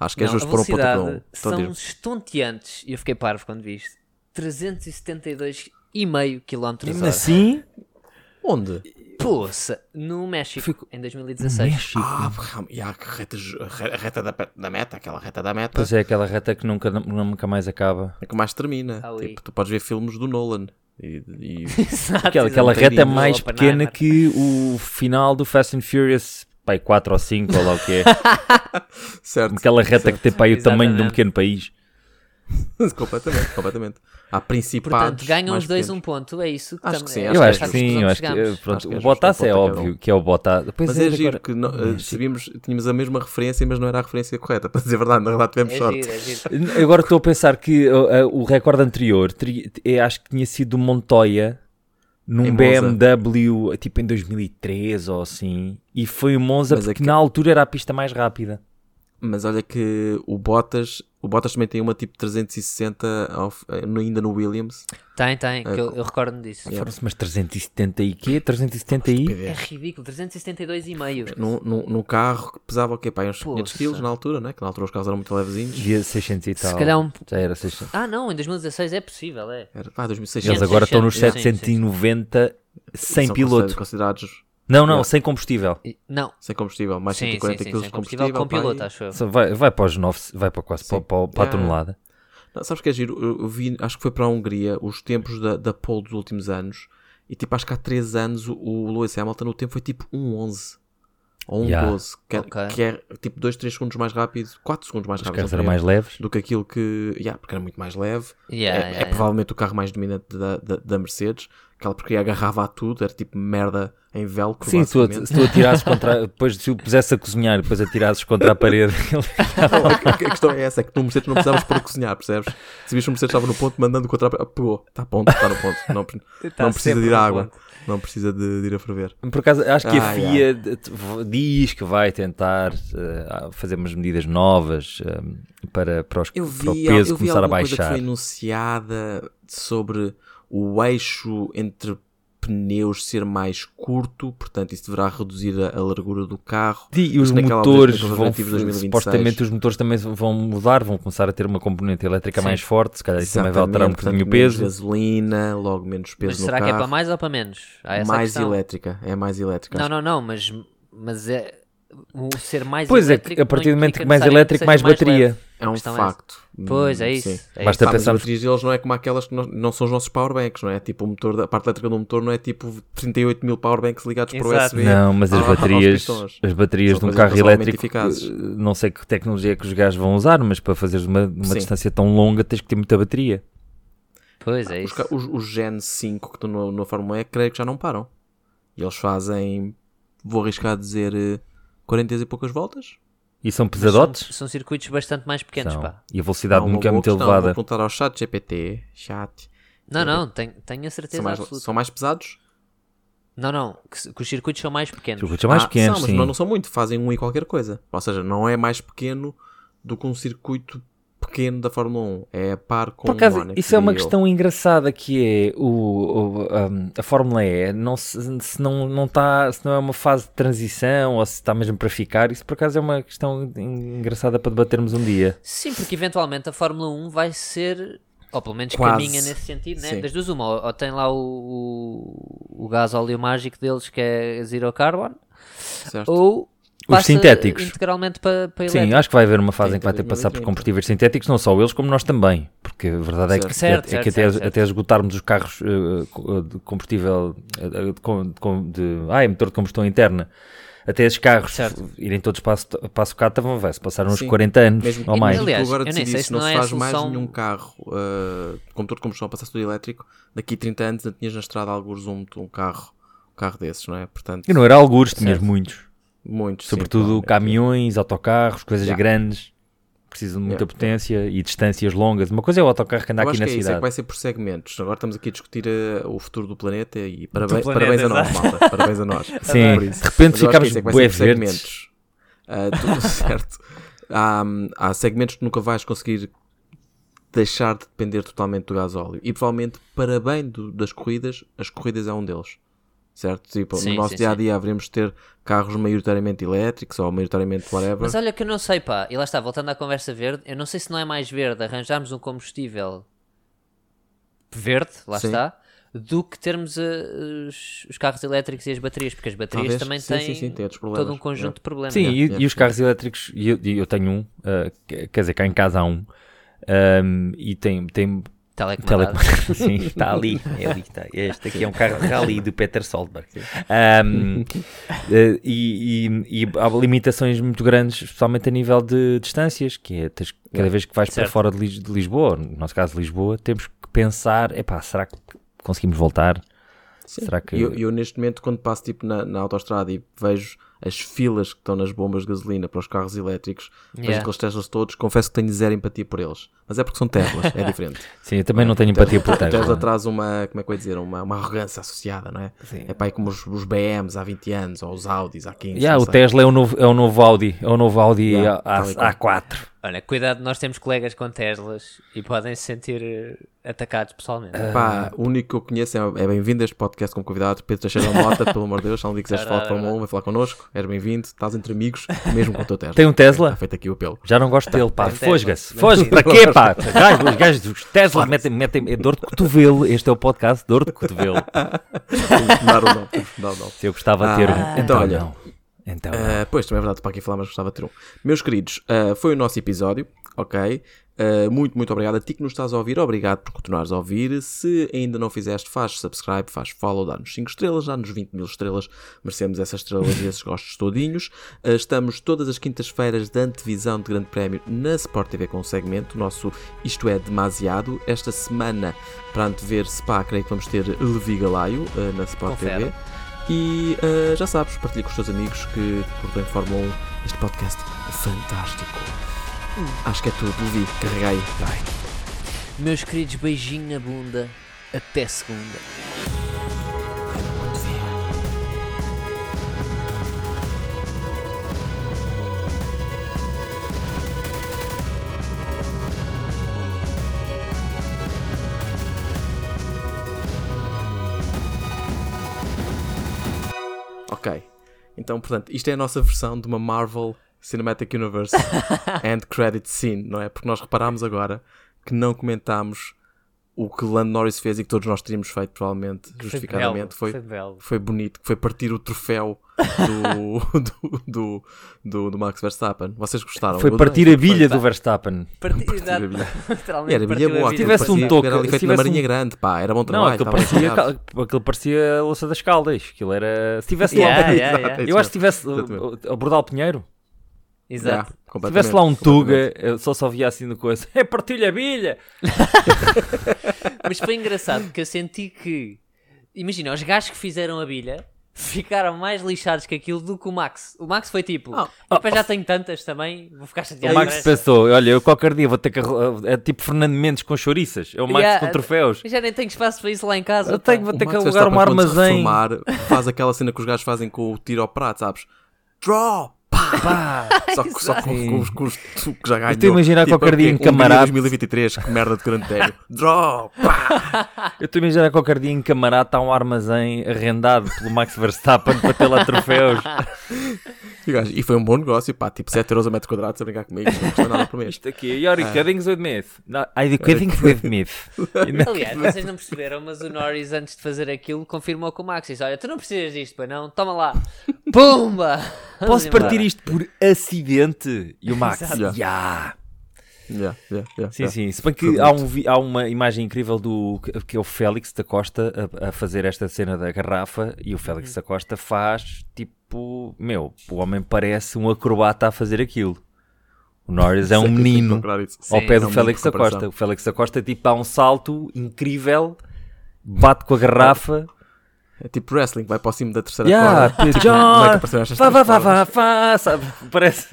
Speaker 3: Acho que é
Speaker 2: Não, a
Speaker 3: justo para um ponto cada um.
Speaker 2: velocidade
Speaker 3: Então
Speaker 2: São
Speaker 3: diz-me.
Speaker 2: estonteantes, e eu fiquei parvo quando vi isto, 372,5 km
Speaker 1: Mesmo
Speaker 2: hora.
Speaker 1: assim...
Speaker 3: Onde?
Speaker 2: Poça, no México, em 2016.
Speaker 1: México.
Speaker 3: Ah, ram- e há a reta, ju- a re- a reta da, pe- da meta, aquela reta da meta,
Speaker 1: Pois é, aquela reta que nunca, nunca mais acaba.
Speaker 3: é que mais termina.
Speaker 2: Ali.
Speaker 3: Tipo, tu podes ver filmes do Nolan. E, e-
Speaker 2: Exato,
Speaker 1: Aquela,
Speaker 2: exato.
Speaker 3: um
Speaker 1: aquela reta é
Speaker 2: Do
Speaker 1: mais pequena
Speaker 2: Oppenheimer.
Speaker 1: que o final do Fast and Furious, pai, 4 ou 5, ou lá o que é.
Speaker 3: certo,
Speaker 1: Aquela reta que tem pai o tamanho de um
Speaker 2: Exatamente.
Speaker 1: pequeno país.
Speaker 3: completamente, completamente. Há principados.
Speaker 2: Portanto, ganham
Speaker 3: mais
Speaker 2: os dois um
Speaker 3: pequenos.
Speaker 2: ponto, é isso.
Speaker 3: Acho
Speaker 2: tam-
Speaker 3: que sim,
Speaker 2: é
Speaker 3: acho
Speaker 1: Eu
Speaker 2: essa
Speaker 1: acho que
Speaker 3: que
Speaker 2: conclusão
Speaker 1: sim, eu acho que,
Speaker 2: chegamos.
Speaker 1: eh,
Speaker 3: Acho
Speaker 1: pronto,
Speaker 3: que é
Speaker 1: o
Speaker 3: justo um
Speaker 1: Bottas
Speaker 3: ponto
Speaker 1: é
Speaker 3: a cada
Speaker 1: óbvio
Speaker 3: um.
Speaker 1: que é o Bottas. Pois
Speaker 3: Mas
Speaker 1: é,
Speaker 3: é,
Speaker 1: agora-
Speaker 3: giro que não- eh, sabíamos, tínhamos a mesma referência, mas não era a referência correta. Para dizer a verdade, na verdade tivemos
Speaker 2: É
Speaker 3: sorte.
Speaker 2: giro, é giro.
Speaker 1: eh, Agora estou a pensar que eh, eh, o recorde anterior teria- eh, acho que tinha sido do Montoya num
Speaker 3: Em Monza.
Speaker 1: BMW tipo em 2003 ou assim e foi o Monza
Speaker 3: Mas é
Speaker 1: porque
Speaker 3: que-
Speaker 1: na altura era a pista mais rápida
Speaker 3: Mas olha que o Bottas, o Bottas também tem uma tipo 360 ao- eh, no- ainda no Williams.
Speaker 2: Tem,
Speaker 3: É
Speaker 2: tem, que eu, eu recordo-me disso.
Speaker 1: foram-se umas 370 e quê? 370 e
Speaker 2: É ridículo, 372,5.
Speaker 3: Num, num, num carro que pesava o quê? Pá, uns 500
Speaker 2: Poxa.
Speaker 3: quilos na altura, né? Que na altura os carros eram muito levezinhos.
Speaker 1: Dia 600 e tal.
Speaker 2: Se calhar um-
Speaker 1: Já era 600.
Speaker 2: Ah, não, em 2016 é possível, é.
Speaker 3: Era, pá, 2600.
Speaker 1: Eles
Speaker 2: Sim,
Speaker 1: agora estão nos
Speaker 2: 600, sim,
Speaker 1: 790 sem
Speaker 3: São
Speaker 1: piloto.
Speaker 3: Considerados
Speaker 1: Não, não,
Speaker 3: Yeah.
Speaker 1: sem combustível.
Speaker 2: E- Não,
Speaker 3: sem combustível, mais
Speaker 2: sim, sim,
Speaker 3: 140
Speaker 2: sim,
Speaker 3: quilos
Speaker 2: sem
Speaker 3: de combustível.
Speaker 2: combustível com
Speaker 3: pá,
Speaker 2: piloto,
Speaker 3: e-
Speaker 2: acho eu.
Speaker 1: Só Vai, vai para os 9, vai para quase para,
Speaker 3: Sim.
Speaker 1: para, para a
Speaker 3: Yeah.
Speaker 1: tonelada.
Speaker 3: Não, sabes que é giro? Eu, eu vi, acho que foi para a Hungria, os tempos da, da pole dos últimos anos. E tipo, acho que há 3 anos o, o Lewis Hamilton no tempo foi tipo 1.11 ou 1.12,
Speaker 1: Yeah.
Speaker 3: que, é-
Speaker 2: Ok.
Speaker 3: que é tipo 2, 3 segundos mais rápido, 4 segundos mais
Speaker 1: Os
Speaker 3: rápido
Speaker 1: carros
Speaker 3: não
Speaker 1: eram
Speaker 3: creio,
Speaker 1: mais leves.
Speaker 3: do que aquilo que. Yeah, porque era muito mais leve.
Speaker 2: Yeah,
Speaker 3: é,
Speaker 2: yeah,
Speaker 3: é
Speaker 2: yeah.
Speaker 3: provavelmente o carro mais dominante da, da, da Mercedes. Aquela porque agarrava a tudo, era tipo merda em velcro.
Speaker 1: Sim, se tu,
Speaker 3: basicamente.
Speaker 1: se tu atirasses contra. Depois, se o pusesse a cozinhar e depois atirasses contra a parede.
Speaker 3: a questão é essa, é que no Mercedes não precisavas para cozinhar, percebes? Se viste o Mercedes estava no ponto, mandando contra a... Pegou, está ponto, está no ponto. Não, pre-
Speaker 2: Tá
Speaker 3: não precisa de ir
Speaker 2: sempre
Speaker 3: à
Speaker 2: no
Speaker 3: água.
Speaker 2: ponto.
Speaker 3: Não precisa de, de ir a ferver.
Speaker 1: Por acaso, acho que a
Speaker 3: Ah,
Speaker 1: FIA d- t- v- diz que vai tentar eh, fazer umas medidas novas eh, para, para, os, para o peso começar a baixar.
Speaker 3: que foi anunciada sobre o eixo entre pneus ser mais curto, portanto isso deverá reduzir a, a largura do carro.
Speaker 1: E os
Speaker 3: Naquela
Speaker 1: motores
Speaker 3: altura, nos
Speaker 1: vão,
Speaker 3: objetivos de 2026.
Speaker 1: supostamente os motores também vão mudar, vão começar a ter uma componente elétrica mais forte, se calhar isso também vai alterar um
Speaker 3: Exatamente,
Speaker 1: bocadinho o
Speaker 3: portanto, menos
Speaker 1: peso.
Speaker 3: gasolina, logo menos peso
Speaker 2: Mas
Speaker 3: no
Speaker 2: será que é para
Speaker 3: carro.
Speaker 2: mais ou para menos? Há essa é
Speaker 3: mais
Speaker 2: questão.
Speaker 3: elétrica, é mais elétrica.
Speaker 2: Não, não, não, mas, mas é, o ser mais
Speaker 1: Pois é,
Speaker 2: elétrico.
Speaker 1: que a partir do
Speaker 2: não
Speaker 1: momento que
Speaker 2: implica
Speaker 1: mais elétrico, mais
Speaker 2: necessariamente
Speaker 1: bateria.
Speaker 2: seja leve.
Speaker 3: É um
Speaker 2: questão é essa.
Speaker 3: facto.
Speaker 2: Pois, é
Speaker 3: Hum,
Speaker 2: isso.
Speaker 3: sim.
Speaker 2: é
Speaker 1: Basta
Speaker 3: Tá, mas as
Speaker 1: pensarmos.
Speaker 3: baterias deles não é como aquelas que nós- não são os nossos powerbanks, não é? Tipo, o motor da, a parte elétrica do motor não é tipo 38 mil powerbanks ligados para o
Speaker 2: Exato.
Speaker 3: USB.
Speaker 1: Não, mas as
Speaker 3: ao- aos
Speaker 1: baterias,
Speaker 3: pistões.
Speaker 1: as baterias
Speaker 3: São
Speaker 1: de um
Speaker 3: coisas
Speaker 1: carro
Speaker 3: brutalmente
Speaker 1: elétrico,
Speaker 3: eficazes.
Speaker 1: eh, não sei que tecnologia é que os gajos vão usar, mas para fazeres uma, uma
Speaker 3: Sim.
Speaker 1: distância tão longa tens que ter muita bateria.
Speaker 2: Pois é
Speaker 3: Os,
Speaker 2: isso.
Speaker 3: ca- os, os Gen 5 que estão no- na Fórmula E, creio que já não param. E eles fazem, vou arriscar a dizer, eh, 40 e poucas voltas.
Speaker 1: E são
Speaker 2: Mas são,
Speaker 1: pesadotes?
Speaker 2: são circuitos bastante mais pequenos,
Speaker 1: São.
Speaker 2: pá.
Speaker 1: E a velocidade
Speaker 3: Não,
Speaker 1: nunca é
Speaker 3: uma boa
Speaker 1: muito
Speaker 3: questão. Vou
Speaker 1: elevada.
Speaker 3: perguntar ao chat GPT, chat.
Speaker 2: Não, não, tenho, tenho a
Speaker 3: São
Speaker 2: certeza
Speaker 3: mais,
Speaker 2: absoluta.
Speaker 3: são mais pesados?
Speaker 2: Não, não, que, que os circuitos são mais
Speaker 1: Os
Speaker 2: pequenos.
Speaker 1: circuitos são mais
Speaker 3: Ah,
Speaker 1: pequenos,
Speaker 3: são, mas
Speaker 1: sim.
Speaker 3: não, não são muito, fazem um e qualquer coisa. Ou seja, não é mais pequeno do que um circuito pequeno da Fórmula 1. É a par com
Speaker 1: Por acaso,
Speaker 3: o Mónaco,
Speaker 1: isso é uma
Speaker 3: diria eu.
Speaker 1: questão engraçada que é o, o- um, a Fórmula E, não se, se não, não tá, se não é uma fase de transição ou se está mesmo para ficar, isso por acaso é uma questão engraçada para debatermos um dia.
Speaker 2: Sim, porque eventualmente a Fórmula 1 vai ser, ou pelo menos
Speaker 3: Quase.
Speaker 2: caminha nesse sentido, né?
Speaker 3: Sim.
Speaker 2: das duas uma, ou, ou tem lá o, o, o gás óleo mágico deles que é zero carbon,
Speaker 3: Certo?
Speaker 2: ou
Speaker 1: Os
Speaker 2: passa
Speaker 1: sintéticos.
Speaker 2: integralmente para, para
Speaker 1: Sim,
Speaker 2: elétrico.
Speaker 1: acho que vai haver uma fase
Speaker 3: Sim,
Speaker 1: em que vai ter
Speaker 3: até
Speaker 1: que passar por
Speaker 3: 2030.
Speaker 1: combustíveis sintéticos, não só eles, como nós também. Porque a verdade é que,
Speaker 2: Certo.
Speaker 1: é, é que até,
Speaker 2: Certo, certo, certo,
Speaker 1: até esgotarmos os carros eh, co- eh, de combustível eh, de, com- de, com- de- ai, motor de combustão interna, até esses carros
Speaker 2: Certo.
Speaker 1: irem todos para a so- para a sucata, vão- vai-se passar uns
Speaker 3: Sim.
Speaker 1: 40 anos
Speaker 3: Mesmo
Speaker 1: ou
Speaker 2: E-
Speaker 1: mais.
Speaker 2: Aliás,
Speaker 3: tu agora
Speaker 2: eu nem sei
Speaker 3: decidisse
Speaker 2: se
Speaker 3: não
Speaker 2: não
Speaker 3: se
Speaker 2: é a
Speaker 3: faz mais
Speaker 2: solução-
Speaker 3: nenhum carro uh, com motor de combustão a passar tudo elétrico, daqui a 30 anos não tinhas na estrada alguns um, um carro um carro desses, não é? Portanto,
Speaker 1: E não era alguns, tinhas
Speaker 2: Certo.
Speaker 1: muitos.
Speaker 3: muitos. sim,
Speaker 1: Sobretudo
Speaker 3: provavelmente.
Speaker 1: caminhões, autocarros, coisas
Speaker 3: Yeah.
Speaker 1: grandes, precisam de muita
Speaker 3: Yeah.
Speaker 1: potência e distâncias longas. Uma coisa é o autocarro que anda
Speaker 3: Eu
Speaker 1: aqui
Speaker 3: acho
Speaker 1: na
Speaker 3: que é isso, é que
Speaker 1: cidade.
Speaker 3: vai ser por segmentos. Agora estamos aqui a discutir eh, o futuro do planeta e parabéns,
Speaker 2: planeta,
Speaker 3: parabéns a nós, malta. Parabéns a nós.
Speaker 1: Sim,
Speaker 3: Por
Speaker 1: de repente
Speaker 3: isso. Mas eu acho que
Speaker 1: ficámos
Speaker 3: isso é que vai
Speaker 1: bué
Speaker 3: ser por
Speaker 1: verdes.
Speaker 3: segmentos. Ah, tudo certo. Há, há segmentos que nunca vais conseguir deixar de depender totalmente do gás óleo. E provavelmente, para bem do- das corridas, as corridas é um deles. Certo? Tipo,
Speaker 2: Sim,
Speaker 3: no nosso
Speaker 2: sim,
Speaker 3: dia a dia haveríamos de ter carros maioritariamente elétricos ou maioritariamente whatever.
Speaker 2: Mas olha que eu não sei, pá, e lá está, voltando à conversa verde, eu não sei se não é mais verde arranjarmos um combustível verde, lá
Speaker 3: Sim.
Speaker 2: está, do que termos eh, os, os carros elétricos e as baterias, porque as baterias
Speaker 3: Talvez.
Speaker 2: também
Speaker 3: Sim,
Speaker 2: têm
Speaker 3: sim, sim, tem outros
Speaker 2: todo um
Speaker 3: problemas,
Speaker 2: conjunto
Speaker 3: yeah.
Speaker 2: de problemas. né?
Speaker 1: Sim, e,
Speaker 3: Yeah,
Speaker 1: e os carros elétricos, e eu, e eu tenho um, ah, que- quer dizer, cá em casa há um, ahm, e tem, tem
Speaker 2: Telecomandado.
Speaker 1: telecomando. Sim, está ali, é ali que está. Este aqui é um carro de rally do Peter Soldberg. Ahm, eh, e, e- e há limitações muito grandes, especialmente a nível de distâncias, que é, tens- cada vez que vais
Speaker 2: Certo.
Speaker 1: para fora de, Lis- de Lisboa, no nosso caso Lisboa, temos que pensar, epá, será que conseguimos voltar? Será que...
Speaker 3: Eu, eu, neste momento, quando passo tipo, na, na autostrada e vejo as filas que estão nas bombas de gasolina para os carros elétricos, vejo
Speaker 2: Yeah.
Speaker 3: aqueles Teslas todos, confesso que tenho zero empatia por eles. Mas é porque são Teslas, é diferente.
Speaker 1: Sim, eu também não tenho empatia por
Speaker 3: O Tesla
Speaker 1: Tesla. tá-
Speaker 3: traz uma, como é que eu ia dizer, uma, uma arrogância associada, não é?
Speaker 1: Sim.
Speaker 3: É pá, é como os, os BMs há 20 anos, ou os Audis há 15.
Speaker 1: Yeah,
Speaker 3: não
Speaker 1: o
Speaker 3: sei.
Speaker 1: Tesla é o novo, é o novo Audi, é o novo Audi
Speaker 3: Yeah,
Speaker 1: A,
Speaker 3: tal e qual.
Speaker 1: A, 4
Speaker 2: Olha, cuidado, nós temos colegas com Teslas e podem se sentir eh, atacados pessoalmente.
Speaker 1: Ah.
Speaker 3: Pá, o único que eu conheço é, é bem-vindo a este podcast como convidado, Pedro Teixeira Mota, pelo amor de Deus, se alguém quiseres falar de Fórmula 1, vai falar connosco, és bem-vindo, estás entre amigos, mesmo com o teu Tesla.
Speaker 1: Tem um Tesla?
Speaker 3: Está feito aqui o apelo.
Speaker 1: Já não gosto dele, pá.
Speaker 2: Tem Tesla.
Speaker 1: Fosga-se. Fosga. Para quê, pá? Gajo- Os gajos dos Tesla metem, metem é dor de cotovelo. Este é o podcast Dor de Cotovelo.
Speaker 3: Não, não, não, não.
Speaker 1: Se eu gostava de ter um.
Speaker 3: Ah,
Speaker 1: então,
Speaker 3: então, olha.
Speaker 1: não. Então, não.
Speaker 3: Ah, pois, também é verdade, para aqui falar, mas gostava de ter um. Meus queridos, ah, foi o nosso episódio, ok? Ah, muito, muito obrigado a ti que nos estás a ouvir, obrigado por continuares a ouvir. Se ainda não fizeste, faz subscribe, faz follow, dá-nos 5 estrelas, dá-nos 20 mil estrelas, merecemos essas estrelas e esses gostos todinhos. Ah, estamos todas as quintas-feiras da antevisão de Grande Prémio na Sport TV com um segmento, o nosso Isto é Demasiado. Esta semana, para antever SPA, creio que vamos ter Levi Galaio ah, na Sport
Speaker 2: Confere.
Speaker 3: TV. E ah, já sabes, partilha com os teus amigos que curtem Fórmula 1 este podcast é fantástico. Acho que é tudo, Levi. Carrega aí. Vai.
Speaker 2: Meus queridos, beijinho na bunda. Até segunda.
Speaker 3: Ok. Então, portanto, isto é a nossa versão de uma Marvel Cinematic Universe End Credit Scene, não é? Porque nós reparámos agora que não comentámos o o que Lando Norris fez e que todos nós teríamos feito, provavelmente, justificadamente, foi,
Speaker 2: foi belo.
Speaker 3: foi bonito, que foi partir o troféu do, do, do, do- do Max Verstappen. Vocês gostaram?
Speaker 1: Foi
Speaker 3: Eu
Speaker 1: partir
Speaker 3: adorei.
Speaker 1: a bilha
Speaker 3: Foi-
Speaker 1: do Verstappen.
Speaker 2: Parti...
Speaker 3: a
Speaker 2: Exato.
Speaker 3: bilha.
Speaker 2: Literalmente partiu a
Speaker 3: Era bilha boa.
Speaker 2: bilha.
Speaker 3: aquilo
Speaker 1: tivesse um
Speaker 3: parecia-
Speaker 1: toque,
Speaker 3: Era ali
Speaker 1: se
Speaker 3: feito na
Speaker 1: tivesse um-
Speaker 3: Marinha Grande, pá, era tá bom
Speaker 1: Não,
Speaker 3: trabalho.
Speaker 1: aquilo
Speaker 3: estava
Speaker 1: parecia,
Speaker 3: ligado.
Speaker 1: aquilo parecia a louça das caldas. Aquilo era. Se tivesse
Speaker 2: Yeah,
Speaker 1: lá. um-
Speaker 2: yeah,
Speaker 3: Exato, é
Speaker 2: yeah.
Speaker 1: Eu acho que tivesse.
Speaker 3: Exatamente.
Speaker 1: O Bordal Pinheiro.
Speaker 3: Yeah,
Speaker 2: Exato.
Speaker 1: Se
Speaker 3: É, completamente,
Speaker 1: tivesse lá um
Speaker 3: completamente.
Speaker 1: Tuga, eu só só via assim no coisa. É partilha a bilha!
Speaker 2: Mas foi engraçado porque eu senti que. Imagina, os gajos que fizeram a bilha ficaram mais lixados que aquilo do que o Max. O Max foi tipo,
Speaker 3: Ah,
Speaker 2: depois já tenho tantas também, vou ficar
Speaker 1: O
Speaker 2: chateado.
Speaker 1: Max
Speaker 2: não é?
Speaker 1: pensou: olha, eu qualquer dia vou ter que. arru- É tipo Fernando Mendes com chouriças. É o Max
Speaker 2: Yeah.
Speaker 1: com troféus.
Speaker 2: Eu já nem tenho espaço para isso lá em casa.
Speaker 1: Eu
Speaker 2: pá.
Speaker 1: tenho, vou ter
Speaker 3: O
Speaker 1: que
Speaker 3: Max
Speaker 1: alugar um
Speaker 3: Verstappen, quando se
Speaker 1: armazém.
Speaker 3: reformar, faz aquela cena que os gajos fazem com o tiro ao prato, sabes? Draw!
Speaker 1: Pá.
Speaker 3: Só, que- só com, com os com os- tu que já ganhou.
Speaker 1: estou a imaginar qualquer dia em
Speaker 3: ok, um
Speaker 1: Camarate.
Speaker 3: 2023, que merda de grande tério. Draw! Pá!
Speaker 1: Eu estou a imaginar qualquer dia em Camará está um armazém arrendado pelo Max Verstappen para ter lá troféus.
Speaker 3: E, o gajo- e foi um bom negócio, pá, tipo 7 euros a metro quadrado, se brincar comigo, não custa nada por mês.
Speaker 1: Isto aqui, Yori Cuddings with Myth. Ah. Ai, Cuddings with Myth.
Speaker 2: Aliás, vocês não perceberam, mas o Norris, antes de fazer aquilo, confirmou com o Max. Disse: Olha, tu não precisas disto, pá, não? Toma lá. Pumba! Vamos
Speaker 1: Posso
Speaker 2: embora.
Speaker 1: partir isto por acidente? E o Max,
Speaker 2: Exato.
Speaker 1: já.
Speaker 3: Yeah. Yeah, yeah, yeah,
Speaker 1: é- Sim,
Speaker 3: yeah.
Speaker 1: sim. Se bem que há, um vi- há uma imagem incrível do que- que é o Félix da Costa a, a fazer esta cena da garrafa e o
Speaker 3: Uhum.
Speaker 1: Félix da Costa faz tipo, meu, o homem parece um acrobata a fazer aquilo. O Norris é um
Speaker 3: Sei que eu tenho que
Speaker 1: menino
Speaker 3: procurar isso.
Speaker 1: ao
Speaker 2: Sim,
Speaker 1: pé
Speaker 2: é
Speaker 1: do
Speaker 3: um
Speaker 1: Félix da
Speaker 3: mundo de
Speaker 1: Costa. O Félix da Costa tipo dá um salto incrível, bate com a garrafa.
Speaker 3: É tipo wrestling, vai para o cimo da terceira
Speaker 1: Yeah, tipo,
Speaker 3: corda.
Speaker 1: John,
Speaker 3: como é que apareceram estas
Speaker 1: vá, vá,
Speaker 3: três
Speaker 1: vá,
Speaker 3: cordas?
Speaker 1: vá, vá, sabe? Parece,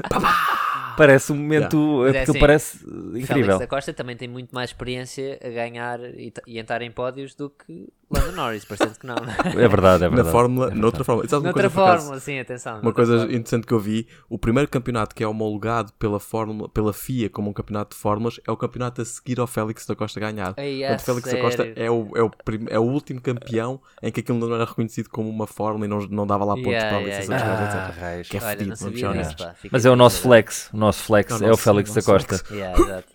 Speaker 1: parece um momento,
Speaker 2: Mas é
Speaker 1: é porque
Speaker 2: assim,
Speaker 1: parece eh,
Speaker 2: Félix
Speaker 1: incrível.
Speaker 2: da Costa também tem muito mais experiência a ganhar e, t- e entrar em pódios do que Lando Norris, parecendo que não. não é?
Speaker 1: É verdade, é verdade.
Speaker 3: Na fórmula, noutra fórmula. E sabes uma
Speaker 2: Noutra
Speaker 3: coisa, por acaso?
Speaker 2: fórmula, sim, atenção.
Speaker 3: Uma
Speaker 2: noutra
Speaker 3: coisa
Speaker 2: fórmula.
Speaker 3: interessante que eu vi, o primeiro campeonato que é homologado pela, fórmula, pela FIA como um campeonato de fórmulas é o campeonato a seguir ao Félix da Costa ganhar.
Speaker 2: Ei, a
Speaker 3: Portanto, Félix da Costa
Speaker 2: sério?
Speaker 3: é o, é, o prim- é o último campeão em que aquilo não era reconhecido como uma fórmula e não, não dava lá pontos
Speaker 2: Yeah,
Speaker 3: para a
Speaker 2: yeah,
Speaker 3: licença
Speaker 1: yeah.
Speaker 3: dos gajos,
Speaker 1: Ah,
Speaker 3: etc.
Speaker 1: raios.
Speaker 3: Que é
Speaker 2: Olha,
Speaker 3: fedido,
Speaker 2: não
Speaker 3: vamos
Speaker 2: sabia
Speaker 3: ser
Speaker 2: disso,
Speaker 3: honestos.
Speaker 2: pá, fiquei
Speaker 1: Mas é o nosso
Speaker 2: curioso.
Speaker 1: flex. O nosso flex
Speaker 3: Não,
Speaker 1: é o
Speaker 3: nosso-
Speaker 1: Félix da
Speaker 3: nosso
Speaker 1: Costa.
Speaker 3: flex.
Speaker 2: Yeah, exato.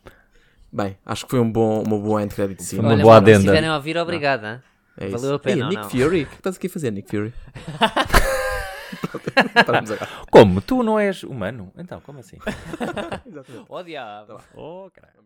Speaker 3: Bem, acho que foi um bom, uma boa end credit sim.
Speaker 1: Uma
Speaker 2: Olha,
Speaker 1: boa
Speaker 2: mano, Se
Speaker 1: adenda.
Speaker 2: estiverem a ouvir, obrigado. hã?
Speaker 3: É isso.
Speaker 2: Valeu a pena,
Speaker 3: Ei,
Speaker 2: ou
Speaker 3: Nick
Speaker 2: não?
Speaker 3: Fury, o que estás aqui a fazer, Nick Fury? Paramos agora.
Speaker 1: Como? Tu não és humano? Então, como assim?
Speaker 2: Oh, diabo.
Speaker 1: oh, caralho.